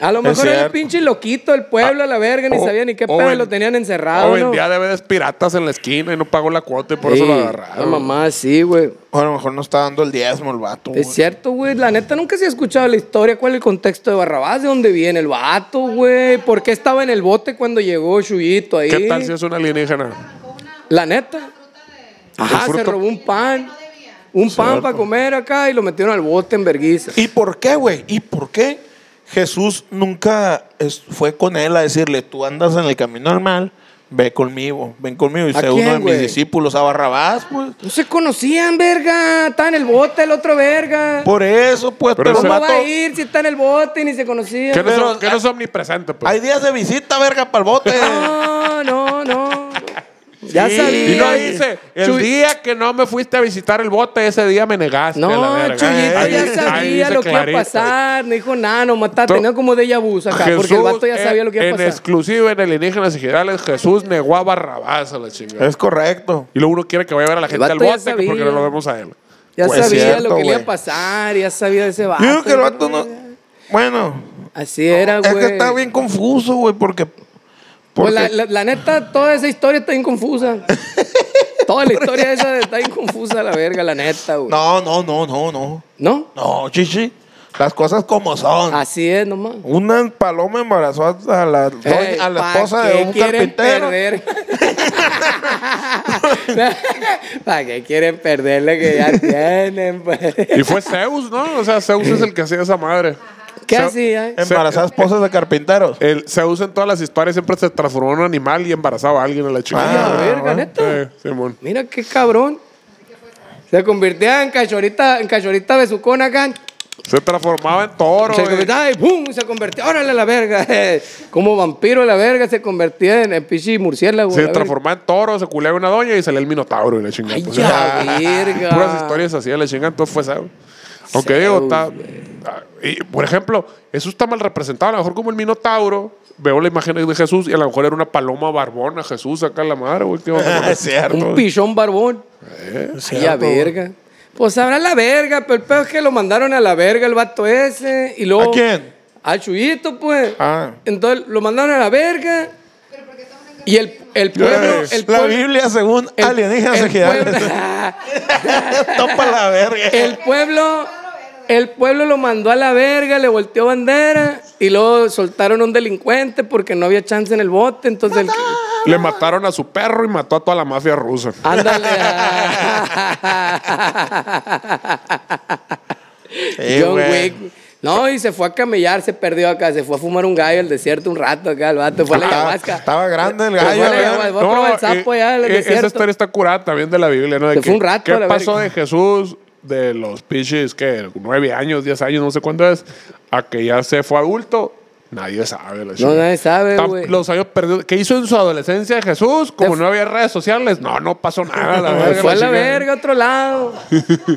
Speaker 3: A lo mejor era el
Speaker 2: cierto.
Speaker 3: pinche loquito del pueblo, a la verga, ni
Speaker 1: Ah, O-
Speaker 3: sabía ni qué
Speaker 1: o
Speaker 3: pedo,
Speaker 1: ven-
Speaker 3: lo tenían
Speaker 1: O
Speaker 3: encerrado, ¿no?
Speaker 1: vendía DVDs piratas en la esquina y no pagó la cuota y por eso
Speaker 3: Sí,
Speaker 1: lo
Speaker 3: La
Speaker 1: agarraron.
Speaker 3: mamá, sí, güey.
Speaker 2: O a lo mejor no está dando el diezmo el vato. güey.
Speaker 3: Es cierto, güey. La neta nunca se ha escuchado la historia. ¿Cuál es el contexto de Barrabás? ¿De dónde viene el vato, güey? ¿Por qué estaba en el bote cuando llegó Chuyito ahí?
Speaker 1: ¿Qué tal si es un alienígena?
Speaker 3: La neta. Ajá, se
Speaker 1: fruto-
Speaker 3: robó un pan. Un pan para comer acá y lo metieron al bote en vergüenza.
Speaker 2: ¿Y por qué, güey? ¿Y por qué Jesús nunca es- fue con él a decirle, tú andas en el camino al mal, ve conmigo, ven conmigo y
Speaker 3: ¿A
Speaker 2: sé uno de
Speaker 3: quién, güey?
Speaker 2: mis discípulos, a Barrabás, pues?
Speaker 3: No se conocían, verga. Está en el bote el otro verga.
Speaker 2: Por eso, pues,
Speaker 1: Pero
Speaker 2: pero,
Speaker 1: ese-
Speaker 3: ¿Cómo
Speaker 2: el
Speaker 3: va
Speaker 2: vato-
Speaker 3: a ir si está en el bote y ni se conocían?
Speaker 1: Que no,
Speaker 2: Pero-
Speaker 1: son- que no es omnipresente, pues.
Speaker 2: Hay días de visita, verga, para el bote.
Speaker 3: No, no, no. Ya
Speaker 2: Sí.
Speaker 3: sabía.
Speaker 1: y no dice, el
Speaker 3: Chuy-
Speaker 1: día que no me fuiste a visitar el bote, ese día me negaste.
Speaker 3: No,
Speaker 1: la verga.
Speaker 3: Chuyito
Speaker 1: Ahí-
Speaker 3: ya
Speaker 1: ahí
Speaker 3: sabía
Speaker 1: dice
Speaker 3: lo que iba a
Speaker 1: clarito.
Speaker 3: pasar. No dijo nada, nomás estaba
Speaker 1: To-
Speaker 3: teniendo como de vu acá. porque el vato ya
Speaker 1: en-
Speaker 3: sabía lo que iba a
Speaker 1: En
Speaker 3: pasar.
Speaker 1: exclusivo, en Alienígenas y Generales, Jesús negó a Barrabás a la chingada.
Speaker 2: Es correcto.
Speaker 1: Y luego uno quiere que vaya a ver a la gente
Speaker 3: vato
Speaker 1: al
Speaker 3: ya
Speaker 1: bote que porque
Speaker 3: sabía.
Speaker 1: no lo vemos a él.
Speaker 3: Ya
Speaker 2: Pues,
Speaker 3: sabía
Speaker 2: cierto,
Speaker 3: lo que le iba a
Speaker 2: güey.
Speaker 3: pasar, ya sabía de ese vato.
Speaker 2: Yo digo que el vato no... Bueno,
Speaker 3: Así Ah, pues, era, güey.
Speaker 2: es que está bien confuso, güey, porque...
Speaker 3: Pues
Speaker 2: porque-
Speaker 3: la, la- la neta, toda esa historia está bien confusa. Toda la historia esa está bien confusa, la verga, la neta, güey.
Speaker 2: No, no, no, no, no.
Speaker 3: ¿No?
Speaker 2: No, chichi. Las cosas como son.
Speaker 3: Así es nomás.
Speaker 2: Una paloma embarazó a la, doña-
Speaker 3: Ey,
Speaker 2: a la
Speaker 3: Eh, ¿pa'
Speaker 2: esposa de
Speaker 3: qué
Speaker 2: un
Speaker 3: quieren
Speaker 2: carpintero.
Speaker 3: perder? ¿Para qué quieren perder lo que ya tienen? pues?
Speaker 1: Y fue Zeus, ¿no? O sea, Zeus es el que hacía esa madre.
Speaker 3: ¿Qué
Speaker 1: Se-
Speaker 3: hacía?
Speaker 1: eh,
Speaker 2: Embarazó a esposas de carpinteros.
Speaker 1: El Zeus en todas las historias siempre se transformó en un animal y embarazaba a alguien a la
Speaker 3: Ah,
Speaker 1: chica.
Speaker 3: verga, neta.
Speaker 1: Eh, Simón.
Speaker 3: Mira qué cabrón. Se convirtió en cachorita, en cachorita besucona acá.
Speaker 1: Se transformaba en toro.
Speaker 3: Se
Speaker 1: eh.
Speaker 3: convirtió, y ¡pum! Se convirtió, órale a la verga. Como vampiro a la verga, se convirtió en, en pichi murciélago. a
Speaker 1: Se
Speaker 3: la verga.
Speaker 1: transformaba en toro, se culeaba una doña y salía el minotauro y la chingada.
Speaker 3: Ay,
Speaker 1: Pues,
Speaker 3: ya,
Speaker 1: ah,
Speaker 3: verga.
Speaker 1: Puras historias así de la chingada, entonces fue Zeus. Aunque
Speaker 3: Zeus,
Speaker 1: digo, está. ah, y, por ejemplo, eso está mal representado. A lo mejor como el minotauro, veo la imagen de Jesús y a lo mejor era una paloma barbona Jesús acá la madre, güey. ¿qué onda con
Speaker 2: es
Speaker 1: eso?
Speaker 3: Un
Speaker 2: cierto.
Speaker 3: pichón barbón.
Speaker 2: Eh,
Speaker 3: Ay, a verga. Pues sabrá la verga, pero el peor es que lo mandaron a la verga el vato ese. Y luego,
Speaker 2: ¿A quién?
Speaker 3: Al Chuyito, pues.
Speaker 2: Ah.
Speaker 3: Entonces lo mandaron a la verga. Y el, el pueblo.
Speaker 1: Yes.
Speaker 3: El
Speaker 2: eh, la
Speaker 3: pueblo-
Speaker 2: Biblia, según
Speaker 3: el-
Speaker 2: alienígenas
Speaker 3: el
Speaker 2: ejidales.
Speaker 3: pueblo-
Speaker 2: Topa la verga.
Speaker 3: El pueblo, el pueblo lo mandó a la verga, le volteó bandera y luego soltaron a un delincuente porque no había chance en el bote. Entonces, el-
Speaker 1: Le mataron a su perro y mató a toda la mafia rusa.
Speaker 3: ándale. ah.
Speaker 2: Sí,
Speaker 3: John
Speaker 2: Eh, güey.
Speaker 3: Wick. No, y se fue a camellar, se perdió acá, se fue a fumar un gallo al desierto un rato acá, el vato fue a la
Speaker 2: Estaba-
Speaker 3: ayahuasca.
Speaker 2: estaba grande el
Speaker 3: Se fue a la
Speaker 2: gallo, ¿verdad?
Speaker 3: ayahuasca, fue a probar el sapo
Speaker 1: eh,
Speaker 3: allá en el
Speaker 1: eh,
Speaker 3: desierto.
Speaker 1: Esa historia está curada también de la Biblia, ¿no? De
Speaker 3: Se fue un rato a
Speaker 1: ¿Qué
Speaker 3: la
Speaker 1: pasó
Speaker 3: verga.
Speaker 1: de Jesús de los pichis, que nueve años, diez años, no sé cuánto es, a que ya se fue adulto? Nadie sabe. la chingada.
Speaker 3: nadie sabe,
Speaker 1: Tam-
Speaker 3: güey.
Speaker 1: Los años perdidos. ¿Qué hizo en su adolescencia Jesús? Como
Speaker 3: Se-
Speaker 1: no había redes sociales, no, no pasó nada. La
Speaker 3: Se
Speaker 1: verga,
Speaker 3: fue a la
Speaker 1: chingada.
Speaker 3: verga a otro lado.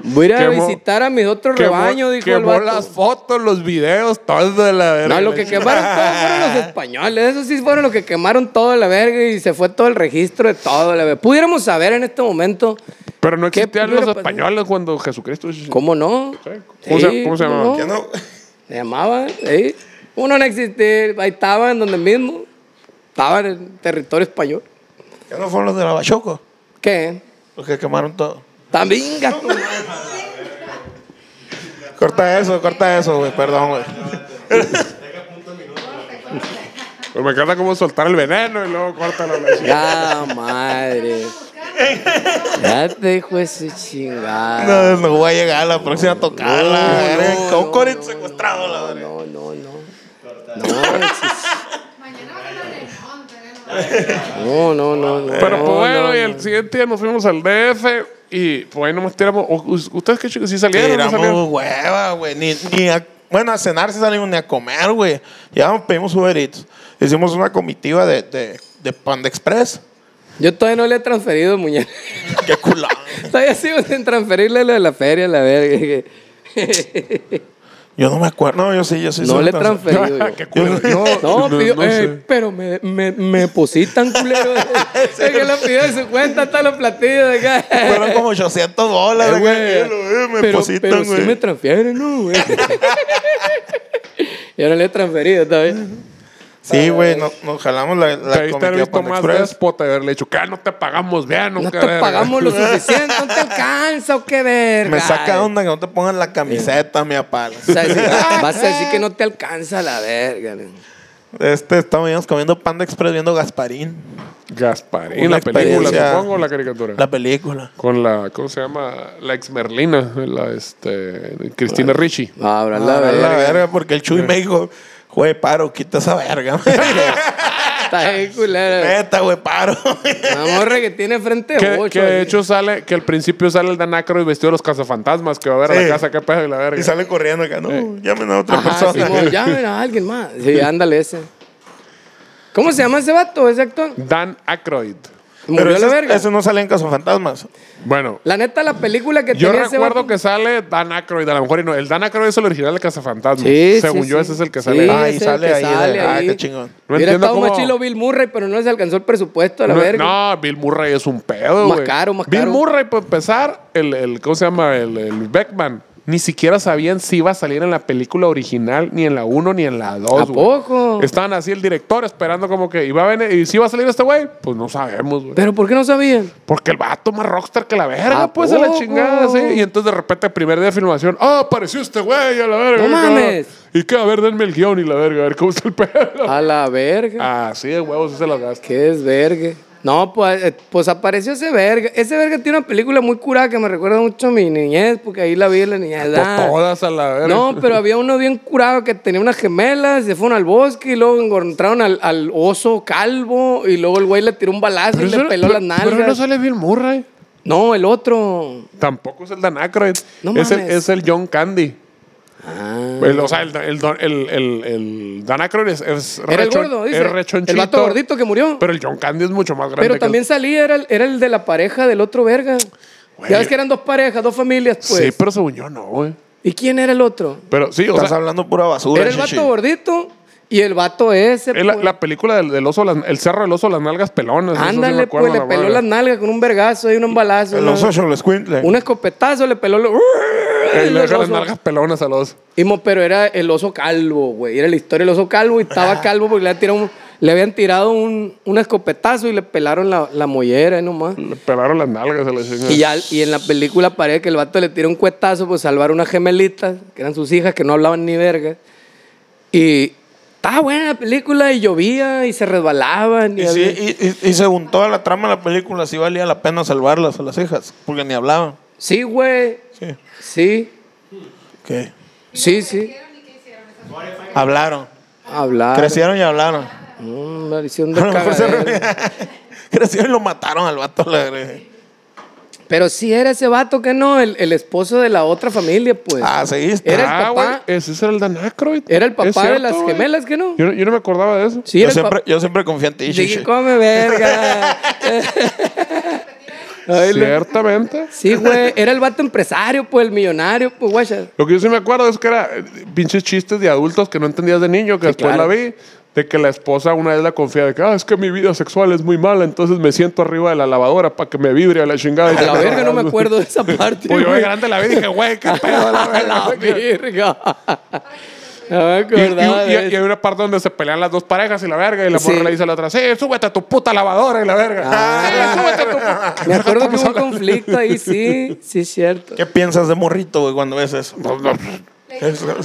Speaker 3: Voy a ir a
Speaker 1: Quemó-
Speaker 3: visitar a mis otros
Speaker 1: Quemó-
Speaker 3: rebaños, dijo el
Speaker 1: quemó
Speaker 3: vato.
Speaker 1: las fotos, los videos, todo de la verga.
Speaker 3: No, lo que
Speaker 1: la chingada.
Speaker 3: quemaron todo fueron los españoles. Esos sí fueron los que quemaron todo la verga y se fue todo el registro de todo la verga. Pudiéramos saber en este momento.
Speaker 1: Pero no
Speaker 3: ¿Qué
Speaker 1: existían
Speaker 3: hubiera
Speaker 1: los
Speaker 3: pasado?
Speaker 1: españoles cuando Jesucristo.
Speaker 3: ¿Cómo no?
Speaker 1: ¿Cómo se- cómo se
Speaker 3: ¿cómo
Speaker 1: llamaba?
Speaker 3: no?
Speaker 2: Ya no-
Speaker 3: Se llamaban, sí. Uno no existía, ahí estaban donde mismo. Estaban en territorio español.
Speaker 2: ya no fueron los de la Bachoco,
Speaker 3: ¿Qué?
Speaker 2: los que quemaron todo.
Speaker 3: También gato.
Speaker 2: Corta eso, corta eso, güey, perdón, güey.
Speaker 1: Pero pues, me encanta cómo soltar el veneno y luego cortan la leche.
Speaker 3: Ya, madre. Ya te dijo ese chingada.
Speaker 2: No, no voy a llegar a la próxima tocada. la verga.
Speaker 3: Ah. no,
Speaker 2: Con
Speaker 3: no,
Speaker 2: Corin
Speaker 3: no,
Speaker 2: secuestrado, la verga.
Speaker 3: No, no, no. No,
Speaker 4: Mañana va a estar en el monte, ¿eh? No.
Speaker 3: No, no, no. no
Speaker 1: Pero
Speaker 3: no,
Speaker 1: pues bueno,
Speaker 3: no,
Speaker 1: y
Speaker 3: no.
Speaker 1: el siguiente día nos fuimos al DF y pues ahí nomás tiramos. o- u- ¿Ustedes qué chicos? ¿Sí salieron? o no
Speaker 2: Tiramos
Speaker 1: salieron?
Speaker 2: hueva, güey. Ni, ni a- bueno, a cenar se salimos ni a comer, güey. Ya pedimos Uber Eats. Hicimos una comitiva de, de, de Panda Express.
Speaker 3: Yo todavía no le he transferido, muñeca.
Speaker 2: Qué culón.
Speaker 3: Todavía sigo sin transferirle lo de la feria, la verga.
Speaker 2: Yo no me acuerdo. No, yo sí, yo sí.
Speaker 3: No
Speaker 2: se
Speaker 3: le
Speaker 2: lo
Speaker 3: transferí.
Speaker 2: transfer-
Speaker 3: Yo-
Speaker 1: Qué culo. Yo-
Speaker 3: No, pidió,
Speaker 1: no
Speaker 3: "Eh,
Speaker 1: sé.
Speaker 3: pero me, me, me depositan, culero. es que lo pidió de su cuenta hasta los platillos de acá.
Speaker 2: Fueron como 800 dólares,
Speaker 3: Eh,
Speaker 2: güey.
Speaker 3: güey,
Speaker 2: Yo lo veo, Me
Speaker 3: pero,
Speaker 2: depositan,
Speaker 3: pero
Speaker 2: güey.
Speaker 3: sí me transfieren, ¿no, güey? Yo no le he transferido todavía.
Speaker 2: Sí, güey, no- nos jalamos la,
Speaker 1: Te
Speaker 2: la
Speaker 1: diste haber
Speaker 2: comitiva
Speaker 1: visto
Speaker 2: Panda
Speaker 1: más
Speaker 2: Express.
Speaker 1: déspota y haberle dicho, que ah, no te pagamos bien, no,
Speaker 3: No
Speaker 1: qué
Speaker 3: te
Speaker 1: verga".
Speaker 3: pagamos lo suficiente, no te alcanza o qué verga.
Speaker 2: Me saca de onda que no te pongan la camiseta, mi apal.
Speaker 3: O sea, si- vas a decir que no te alcanza la verga. güey.
Speaker 2: Este, estábamos comiendo Panda Express viendo Gasparín,
Speaker 1: Gasparín,
Speaker 2: Una
Speaker 1: la película,
Speaker 2: experiencia.
Speaker 1: supongo, o la caricatura.
Speaker 2: la película.
Speaker 1: Con la, ¿cómo se llama? La ex Merlina, la este, Cristina Ricci.
Speaker 3: Ahora
Speaker 2: La,
Speaker 3: la verga.
Speaker 2: verga, porque el Chuy me dijo, güey, paro, quita esa verga.
Speaker 3: Está bien culera.
Speaker 2: Neta, güey, paro.
Speaker 3: La morra que tiene frente
Speaker 1: Que,
Speaker 3: a ocho. eh.
Speaker 1: que de
Speaker 3: ahí.
Speaker 1: hecho sale, que al principio sale el Danacro y vestido de los cazafantasmas, que va a ver a
Speaker 2: Sí.
Speaker 1: la casa, qué pedo y la verga.
Speaker 2: y sale corriendo acá, no, llamen a otra
Speaker 3: Ajá,
Speaker 2: persona.
Speaker 3: Simón, llamen a alguien más. Sí, ándale ese. ¿Cómo se llama ese vato, ese actor?
Speaker 1: Dan Aykroyd.
Speaker 3: Murió a la
Speaker 2: ese,
Speaker 3: verga.
Speaker 2: ese no sale en Caso Fantasmas.
Speaker 1: Bueno,
Speaker 3: La neta, la película que
Speaker 1: yo
Speaker 3: tenía ese
Speaker 1: recuerdo
Speaker 3: vato-
Speaker 1: que sale Dan Aykroyd, a lo mejor y no. El Dan Aykroyd es el original de Cazafantasmas.
Speaker 3: Sí,
Speaker 1: Según
Speaker 3: sí,
Speaker 1: yo,
Speaker 3: sí.
Speaker 1: ese es el que
Speaker 3: Sí,
Speaker 1: sale.
Speaker 3: ese
Speaker 2: Ah, y
Speaker 3: es el
Speaker 2: sale
Speaker 3: que
Speaker 2: ahí, de- ah,
Speaker 3: ahí.
Speaker 2: qué chingón.
Speaker 1: No
Speaker 3: Hubiera
Speaker 1: entiendo
Speaker 3: estado más
Speaker 1: cómo-
Speaker 3: chilo Bill Murray, pero no les alcanzó el presupuesto a la
Speaker 1: no,
Speaker 3: verga.
Speaker 1: no, Bill Murray es un pedo,
Speaker 3: Más
Speaker 1: güey.
Speaker 3: caro, más
Speaker 1: Bill
Speaker 3: caro.
Speaker 1: Murray, para empezar, el, el- ¿cómo se llama? El, el Beckman. ni siquiera sabían si iba a salir en la película original, ni en la 1, ni en la 2.
Speaker 3: ¿A
Speaker 1: güey.
Speaker 3: poco?
Speaker 1: Estaban así el director esperando como que iba a venir, y si iba a salir este güey, pues no sabemos, güey.
Speaker 3: ¿Pero por qué no sabían?
Speaker 1: Porque el vato más rockstar que la verga,
Speaker 3: ¿A
Speaker 1: pues a la
Speaker 3: poco?
Speaker 1: chingada, sí. Y entonces de repente, el primer día de filmación, ¡ah, apareció este güey! A la verga. güey,
Speaker 3: ¡No mames! Ah.
Speaker 1: cabrón". Y que, a ver, denme el guión y la verga, a ver cómo está el pedo.
Speaker 3: A la verga.
Speaker 1: Ah, sí, de huevos, sí se las gasta.
Speaker 3: Qué desvergue. No, pues, eh, pues apareció ese verga. Ese verga tiene una película muy curada que me recuerda mucho a mi niñez, porque ahí la vi en la niñez. Ah,
Speaker 1: Pues todas a la verga.
Speaker 3: No, pero había uno bien curado que tenía unas gemelas, se fueron al bosque y luego encontraron al, al oso calvo y luego el güey le tiró un balazo y
Speaker 1: eso
Speaker 3: le
Speaker 1: no-
Speaker 3: peló
Speaker 1: pero-
Speaker 3: las nalgas.
Speaker 1: Pero no
Speaker 3: no,
Speaker 1: sale Bill Murray.
Speaker 3: el otro.
Speaker 1: Tampoco es el Dan Aykroyd.
Speaker 3: No
Speaker 1: es, el,
Speaker 3: mames.
Speaker 1: es el John Candy.
Speaker 3: Ah.
Speaker 1: El- o sea, el, el, Don- el, el- el Dan Aykroyd es, es
Speaker 3: Era el
Speaker 1: rechon-
Speaker 3: gordo, dice.
Speaker 1: es rechonchito.
Speaker 3: El vato gordito que murió. Pero,
Speaker 1: Pero el John Candy es mucho más grande. que el-
Speaker 3: también salía, era el, era el de la pareja del otro verga.
Speaker 1: Güey.
Speaker 3: Ya ves que eran dos parejas, dos familias, pues.
Speaker 1: Sí, pero según yo no, güey.
Speaker 3: ¿Y quién era el otro?
Speaker 1: Pero sí, o
Speaker 2: Estás
Speaker 1: sea,
Speaker 2: hablando pura basura.
Speaker 3: Era el
Speaker 2: Chichi.
Speaker 3: vato gordito y el vato ese.
Speaker 1: es la,
Speaker 3: pues.
Speaker 1: la película del, del oso, las- el cerro del oso, las nalgas pelonas. eso sí me
Speaker 3: Ándale,
Speaker 1: acuerdo,
Speaker 3: pues, le
Speaker 1: la
Speaker 3: peló
Speaker 1: madre.
Speaker 3: las nalgas con un vergazo y un embalazo.
Speaker 2: El
Speaker 3: una-
Speaker 2: oso Xoloescuintle.
Speaker 3: Un escopetazo le peló. lo-
Speaker 1: Eh, le
Speaker 3: el
Speaker 1: deja las
Speaker 3: oso.
Speaker 1: nalgas pelonas al oso.
Speaker 3: Y mo- pero era el oso calvo, güey. Era la historia del oso calvo y estaba calvo porque le habían tirado un, le habían tirado un, un escopetazo y le pelaron la, la mollera, eh, nomás.
Speaker 1: Le pelaron las nalgas a la chingada.
Speaker 3: Y, ya, y en la película parece que el vato le tira un cuetazo por salvar unas gemelitas, que eran sus hijas, que no hablaban ni verga. Y estaba buena la película y llovía y se resbalaban. Y,
Speaker 2: Y,
Speaker 3: había-
Speaker 2: sí, y, y- y según toda la trama de la película, sí valía la pena salvarlas a las hijas, porque ni hablaban.
Speaker 3: sí, güey.
Speaker 2: Sí.
Speaker 3: Sí,
Speaker 2: ¿Qué?
Speaker 3: sí, sí.
Speaker 2: Hablaron.
Speaker 3: Hablar.
Speaker 2: Crecieron y hablaron.
Speaker 3: Mm, la edición de
Speaker 2: A lo mejor se
Speaker 3: cagadero.
Speaker 2: reunieron. Crecieron y lo mataron al vato. la verga.
Speaker 3: Pero sí era ese vato que no, el, el esposo de la otra familia, pues.
Speaker 2: Ah, seguiste.
Speaker 3: Era el
Speaker 1: Ah,
Speaker 3: papá.
Speaker 1: güey, ese era el Dan Aykroyd.
Speaker 3: Era el papá
Speaker 1: Es
Speaker 3: de
Speaker 1: cierto,
Speaker 3: las
Speaker 1: güey.
Speaker 3: gemelas, ¿que no?
Speaker 1: Yo, no- yo no me acordaba de eso.
Speaker 3: sí,
Speaker 2: yo,
Speaker 3: era el
Speaker 2: siempre,
Speaker 3: papá.
Speaker 2: yo siempre confío en ti,
Speaker 3: Sí,
Speaker 2: Chichi.
Speaker 3: come verga. Ay, le-
Speaker 1: Ciertamente.
Speaker 3: Sí, güey. Era el vato empresario, pues, el millonario, pues, guacha.
Speaker 1: Lo que yo sí me acuerdo es que era eh, pinches chistes de adultos que no entendías de niño, que después
Speaker 3: claro.
Speaker 1: la vi, de que la esposa una vez la confía de que, ah, es que mi vida sexual es muy mala, entonces me siento arriba de la lavadora para que me vibre a la chingada.
Speaker 3: A la verga no me acuerdo de esa parte.
Speaker 1: Pues yo de
Speaker 3: güey.
Speaker 1: grande la vi y dije, güey, qué pedo. La
Speaker 3: A
Speaker 1: verga.
Speaker 3: la verga. No
Speaker 1: Y,
Speaker 3: me
Speaker 1: y-
Speaker 3: acordaba
Speaker 1: y-
Speaker 3: de
Speaker 1: y hay
Speaker 3: eso.
Speaker 1: una parte donde se pelean las dos parejas y la verga, y la
Speaker 3: Sí.
Speaker 1: morra le dice a la otra, sí, súbete a tu puta lavadora y la verga.
Speaker 3: Ah.
Speaker 1: Sí, súbete a tu puta.
Speaker 3: Me acuerdo que hubo un conflicto ahí, sí. Sí, es cierto.
Speaker 2: ¿Qué piensas de morrito, güey, cuando ves eso?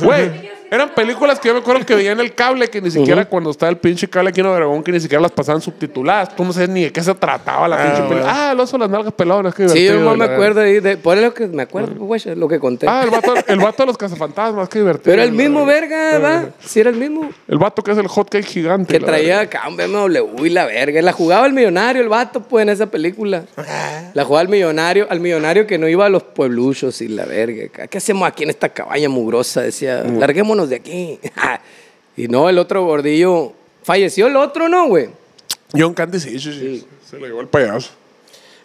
Speaker 1: Güey, eran películas que yo me acuerdo que veía en el cable, que ni siquiera cuando estaba el pinche cable aquí en Obregón, que ni siquiera las pasaban subtituladas. Tú no sabes ni de qué se trataba la pinche película. Ah, el oso de las nalgas pelonas, qué
Speaker 3: Sí,
Speaker 1: divertido.
Speaker 3: yo no me
Speaker 1: la
Speaker 3: acuerdo ahí. De, por lo que me acuerdo, pues, guacha, lo que conté.
Speaker 1: verdad. Ah, el vato, el vato de los cazafantasmas, qué divertido.
Speaker 3: Pero era el
Speaker 1: la
Speaker 3: mismo
Speaker 1: verdad.
Speaker 3: verga, ¿va? Sí, era el mismo.
Speaker 1: El vato que es el hotcake gigante.
Speaker 3: Que
Speaker 1: la
Speaker 3: traía
Speaker 1: verdad.
Speaker 3: acá un BMW y la verga. La jugaba el millonario, el vato, pues, en esa película. La jugaba al millonario, al millonario que no iba a los puebluchos y la verga. acá. ¿Qué hacemos aquí en esta cabaña mugrosa? Decía, larguémonos de aquí. y no, el otro gordillo. Falleció el otro, ¿no, güey?
Speaker 1: John Candy, sí, sí, sí. Se lo llevó el payaso.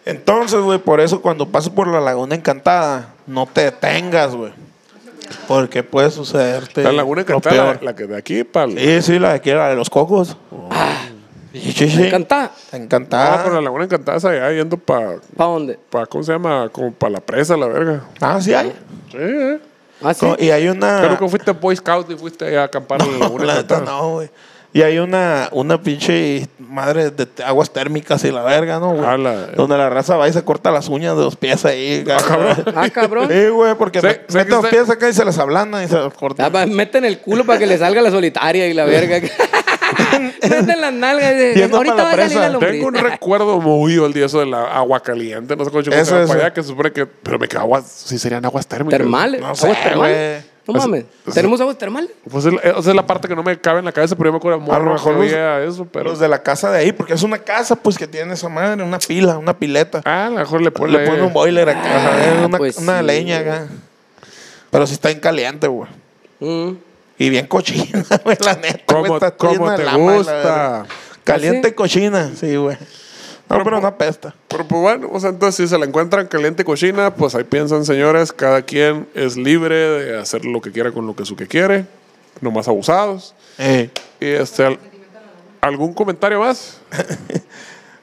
Speaker 2: Entonces, güey, por eso cuando pases por la Laguna Encantada, no te detengas, güey. Porque puede sucederte.
Speaker 1: la laguna
Speaker 2: lo
Speaker 1: encantada, la,
Speaker 2: peor.
Speaker 1: la que de aquí para.
Speaker 2: Sí, sí, la de aquí, la de los cocos. Sí, sí, sí.
Speaker 3: Cantá.
Speaker 1: Ah, pero
Speaker 2: Encantada.
Speaker 1: la laguna encantada es allá yendo para.
Speaker 3: ¿Para dónde?
Speaker 1: Pa, ¿Cómo se llama? Como para la presa, la verga.
Speaker 2: Ah, sí hay.
Speaker 1: Sí, eh.
Speaker 3: Ah, sí.
Speaker 2: Co- Y hay una.
Speaker 1: Creo que fuiste Boy Scout y fuiste a acampar en la
Speaker 2: No,
Speaker 1: laguna
Speaker 2: la neta
Speaker 1: encantada.
Speaker 2: no, güey. Y hay una, una pinche madre de te- aguas térmicas y la verga, ¿no, güey?
Speaker 1: Ah, la-
Speaker 2: Donde la raza va y se corta las uñas de los pies ahí. cabrón.
Speaker 3: Ah, cabrón.
Speaker 2: Sí, güey, porque
Speaker 1: Sí,
Speaker 2: me-
Speaker 1: sí que
Speaker 2: meten los
Speaker 1: se-
Speaker 2: pies acá y se las ablanda y se las
Speaker 3: Ah,
Speaker 2: cortan.
Speaker 3: pa- Meten el culo para que le salga la solitaria y la verga. Meten las nalgas. y dicen,
Speaker 2: Yendo
Speaker 3: Ahorita
Speaker 2: pa' la
Speaker 3: va a salir
Speaker 2: presa.
Speaker 3: la lombriz.
Speaker 1: Tengo un recuerdo muy el día eso del a- agua caliente, no sé cómo
Speaker 2: Eso,
Speaker 1: se
Speaker 2: eso.
Speaker 1: para allá, que se supone que. Pero me quedaba aguas, sí serían aguas térmicas.
Speaker 3: Termales.
Speaker 2: No
Speaker 3: aguas
Speaker 2: sé, Pues,
Speaker 3: termales. No
Speaker 1: güey. O sea,
Speaker 3: mames.
Speaker 1: o sea-
Speaker 3: ¿Tenemos aguas termales?
Speaker 1: Pues es, la- esa es la parte que no me cabe en la cabeza, pero yo me acuerdo muy
Speaker 2: A lo mejor los-
Speaker 1: había eso, pero.
Speaker 2: Los de la casa de ahí, porque es una casa, pues, que tiene esa madre, una pila, una pileta.
Speaker 1: Ah, a lo mejor le ponen.
Speaker 2: Le ponen un boiler acá,
Speaker 3: Ah,
Speaker 2: una,
Speaker 3: pues
Speaker 2: una
Speaker 3: sí.
Speaker 2: leña acá. Pero sí está bien caliente, güey. Y bien cochina, güey, la neta.
Speaker 1: ¿Cómo-
Speaker 2: güey, está
Speaker 1: cómo
Speaker 2: llena de
Speaker 1: te
Speaker 2: lama, la
Speaker 1: gusta?
Speaker 2: verga. Caliente
Speaker 3: ¿Ah, sí?
Speaker 2: y cochina, sí, güey. No, pero una pesta.
Speaker 1: Pero pues bueno, o sea, entonces si se la encuentran caliente y cochina, pues ahí piensan, señores, cada quien es libre de hacer lo que quiera con lo que su que quiere, nomás abusados.
Speaker 2: Eh.
Speaker 1: Y este, al- ¿algún comentario más?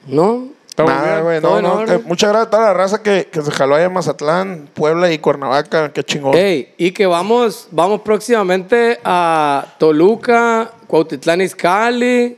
Speaker 3: No.
Speaker 1: Estamos
Speaker 2: Nada,
Speaker 1: bien.
Speaker 2: güey, no,
Speaker 3: Todo en
Speaker 2: no,
Speaker 3: orden.
Speaker 2: que muchas gracias a toda la raza que, que se jaló allá en Mazatlán, Puebla y Cuernavaca. Qué chingón.
Speaker 3: Ey, y que vamos, vamos próximamente a Toluca, Cuautitlán Izcalli,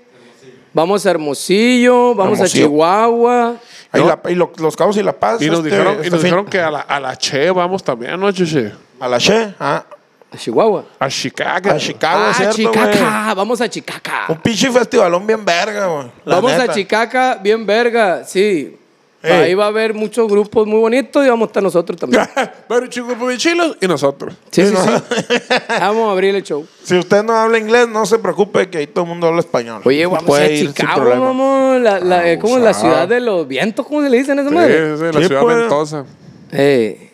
Speaker 3: vamos a Hermosillo, vamos
Speaker 2: Hermosillo.
Speaker 3: a Chihuahua.
Speaker 2: Ahí
Speaker 1: no.
Speaker 2: la- y lo- los cabos y la paz.
Speaker 1: Y nos
Speaker 2: este-
Speaker 1: dijeron, y
Speaker 2: este
Speaker 1: nos
Speaker 2: fin.
Speaker 1: dijeron que a la, a la Che vamos también, ¿no, Chiche?
Speaker 2: A la Che, ah,
Speaker 3: A Chihuahua.
Speaker 1: A Chicago.
Speaker 2: a Chicago,
Speaker 3: ah,
Speaker 2: ¿cierto, güey?
Speaker 3: Chicaca, vamos a Chicaca.
Speaker 2: Un pinche festivalón bien verga, güey. la
Speaker 3: vamos
Speaker 2: neta.
Speaker 3: a Chicaca, bien verga, sí.
Speaker 2: Ey.
Speaker 3: Ahí va a haber muchos grupos muy bonitos y vamos a estar nosotros también.
Speaker 1: Pero chicos, pues chilos y nosotros.
Speaker 3: Sí, sí, sí. Vamos a abrir el show.
Speaker 2: Si usted no habla inglés, no se preocupe que ahí todo el mundo habla español.
Speaker 3: Oye, vamos
Speaker 2: Puede
Speaker 3: a
Speaker 2: ir sin
Speaker 3: Chicago,
Speaker 2: problema.
Speaker 3: vamos. La, la- es como la ciudad de los vientos, ¿cómo se le dicen a esa
Speaker 1: Sí,
Speaker 3: madre?
Speaker 1: es de la
Speaker 2: Sí,
Speaker 1: ciudad
Speaker 2: pues.
Speaker 1: ventosa.
Speaker 3: Ey.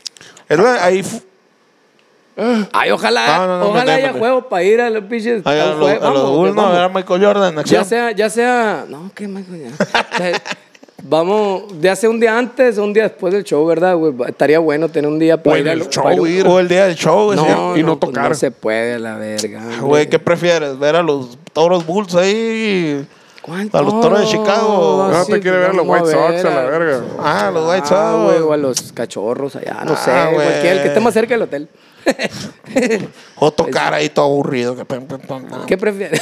Speaker 2: Es la- ahí fu-
Speaker 3: Ay, ojalá,
Speaker 2: No, no, no,
Speaker 3: ojalá
Speaker 2: no,
Speaker 3: haya
Speaker 2: no, no.
Speaker 3: juegos para ir a los pinches.
Speaker 2: ahí a,
Speaker 3: a los
Speaker 2: lo-
Speaker 3: jue-
Speaker 2: a los
Speaker 3: vamos,
Speaker 2: Bulls, no,
Speaker 3: vamos.
Speaker 2: era Michael Jordan en acción.
Speaker 3: Ya sea, ya sea. No, qué más coña. O sea, Vamos, ya sea un día antes o un día después del show, ¿verdad, güey? Estaría bueno tener un día para
Speaker 1: en
Speaker 3: ir a
Speaker 1: el
Speaker 3: los
Speaker 1: show,
Speaker 3: para ir-
Speaker 1: güey.
Speaker 2: o el día del show, güey, ¿cierto?
Speaker 3: No,
Speaker 1: y no
Speaker 3: pues
Speaker 1: tocar.
Speaker 3: No se puede, la verga. hombre.
Speaker 2: Güey, ¿qué prefieres? ¿Ver a los toros Bulls ahí?
Speaker 3: ¿Cuál
Speaker 2: a los Toros de Chicago?
Speaker 1: No,
Speaker 3: Ah,
Speaker 1: te
Speaker 3: sí,
Speaker 1: quiere ver a los
Speaker 3: vamos
Speaker 1: White Sox a la verga.
Speaker 2: Ah, los
Speaker 3: Ah,
Speaker 2: White Sox.
Speaker 3: güey, o a
Speaker 2: güey.
Speaker 3: los cachorros allá, no
Speaker 2: Ah,
Speaker 3: sé,
Speaker 2: güey.
Speaker 3: cualquier, el que esté más cerca del hotel.
Speaker 2: O tocar ahí todo aburrido. que pum, pum, pum, no.
Speaker 3: ¿Qué prefieres?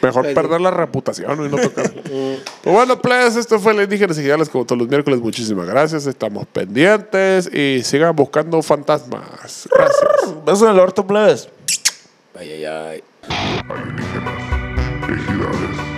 Speaker 1: Mejor perder la reputación y no tocar. pues bueno, plebes, esto fue Les Indígenas Ideales como todos los miércoles. Muchísimas gracias. Estamos pendientes y sigan buscando fantasmas. Gracias.
Speaker 2: Besos en el orto, plebes.
Speaker 3: ay, ay, ay.
Speaker 5: Ejidales.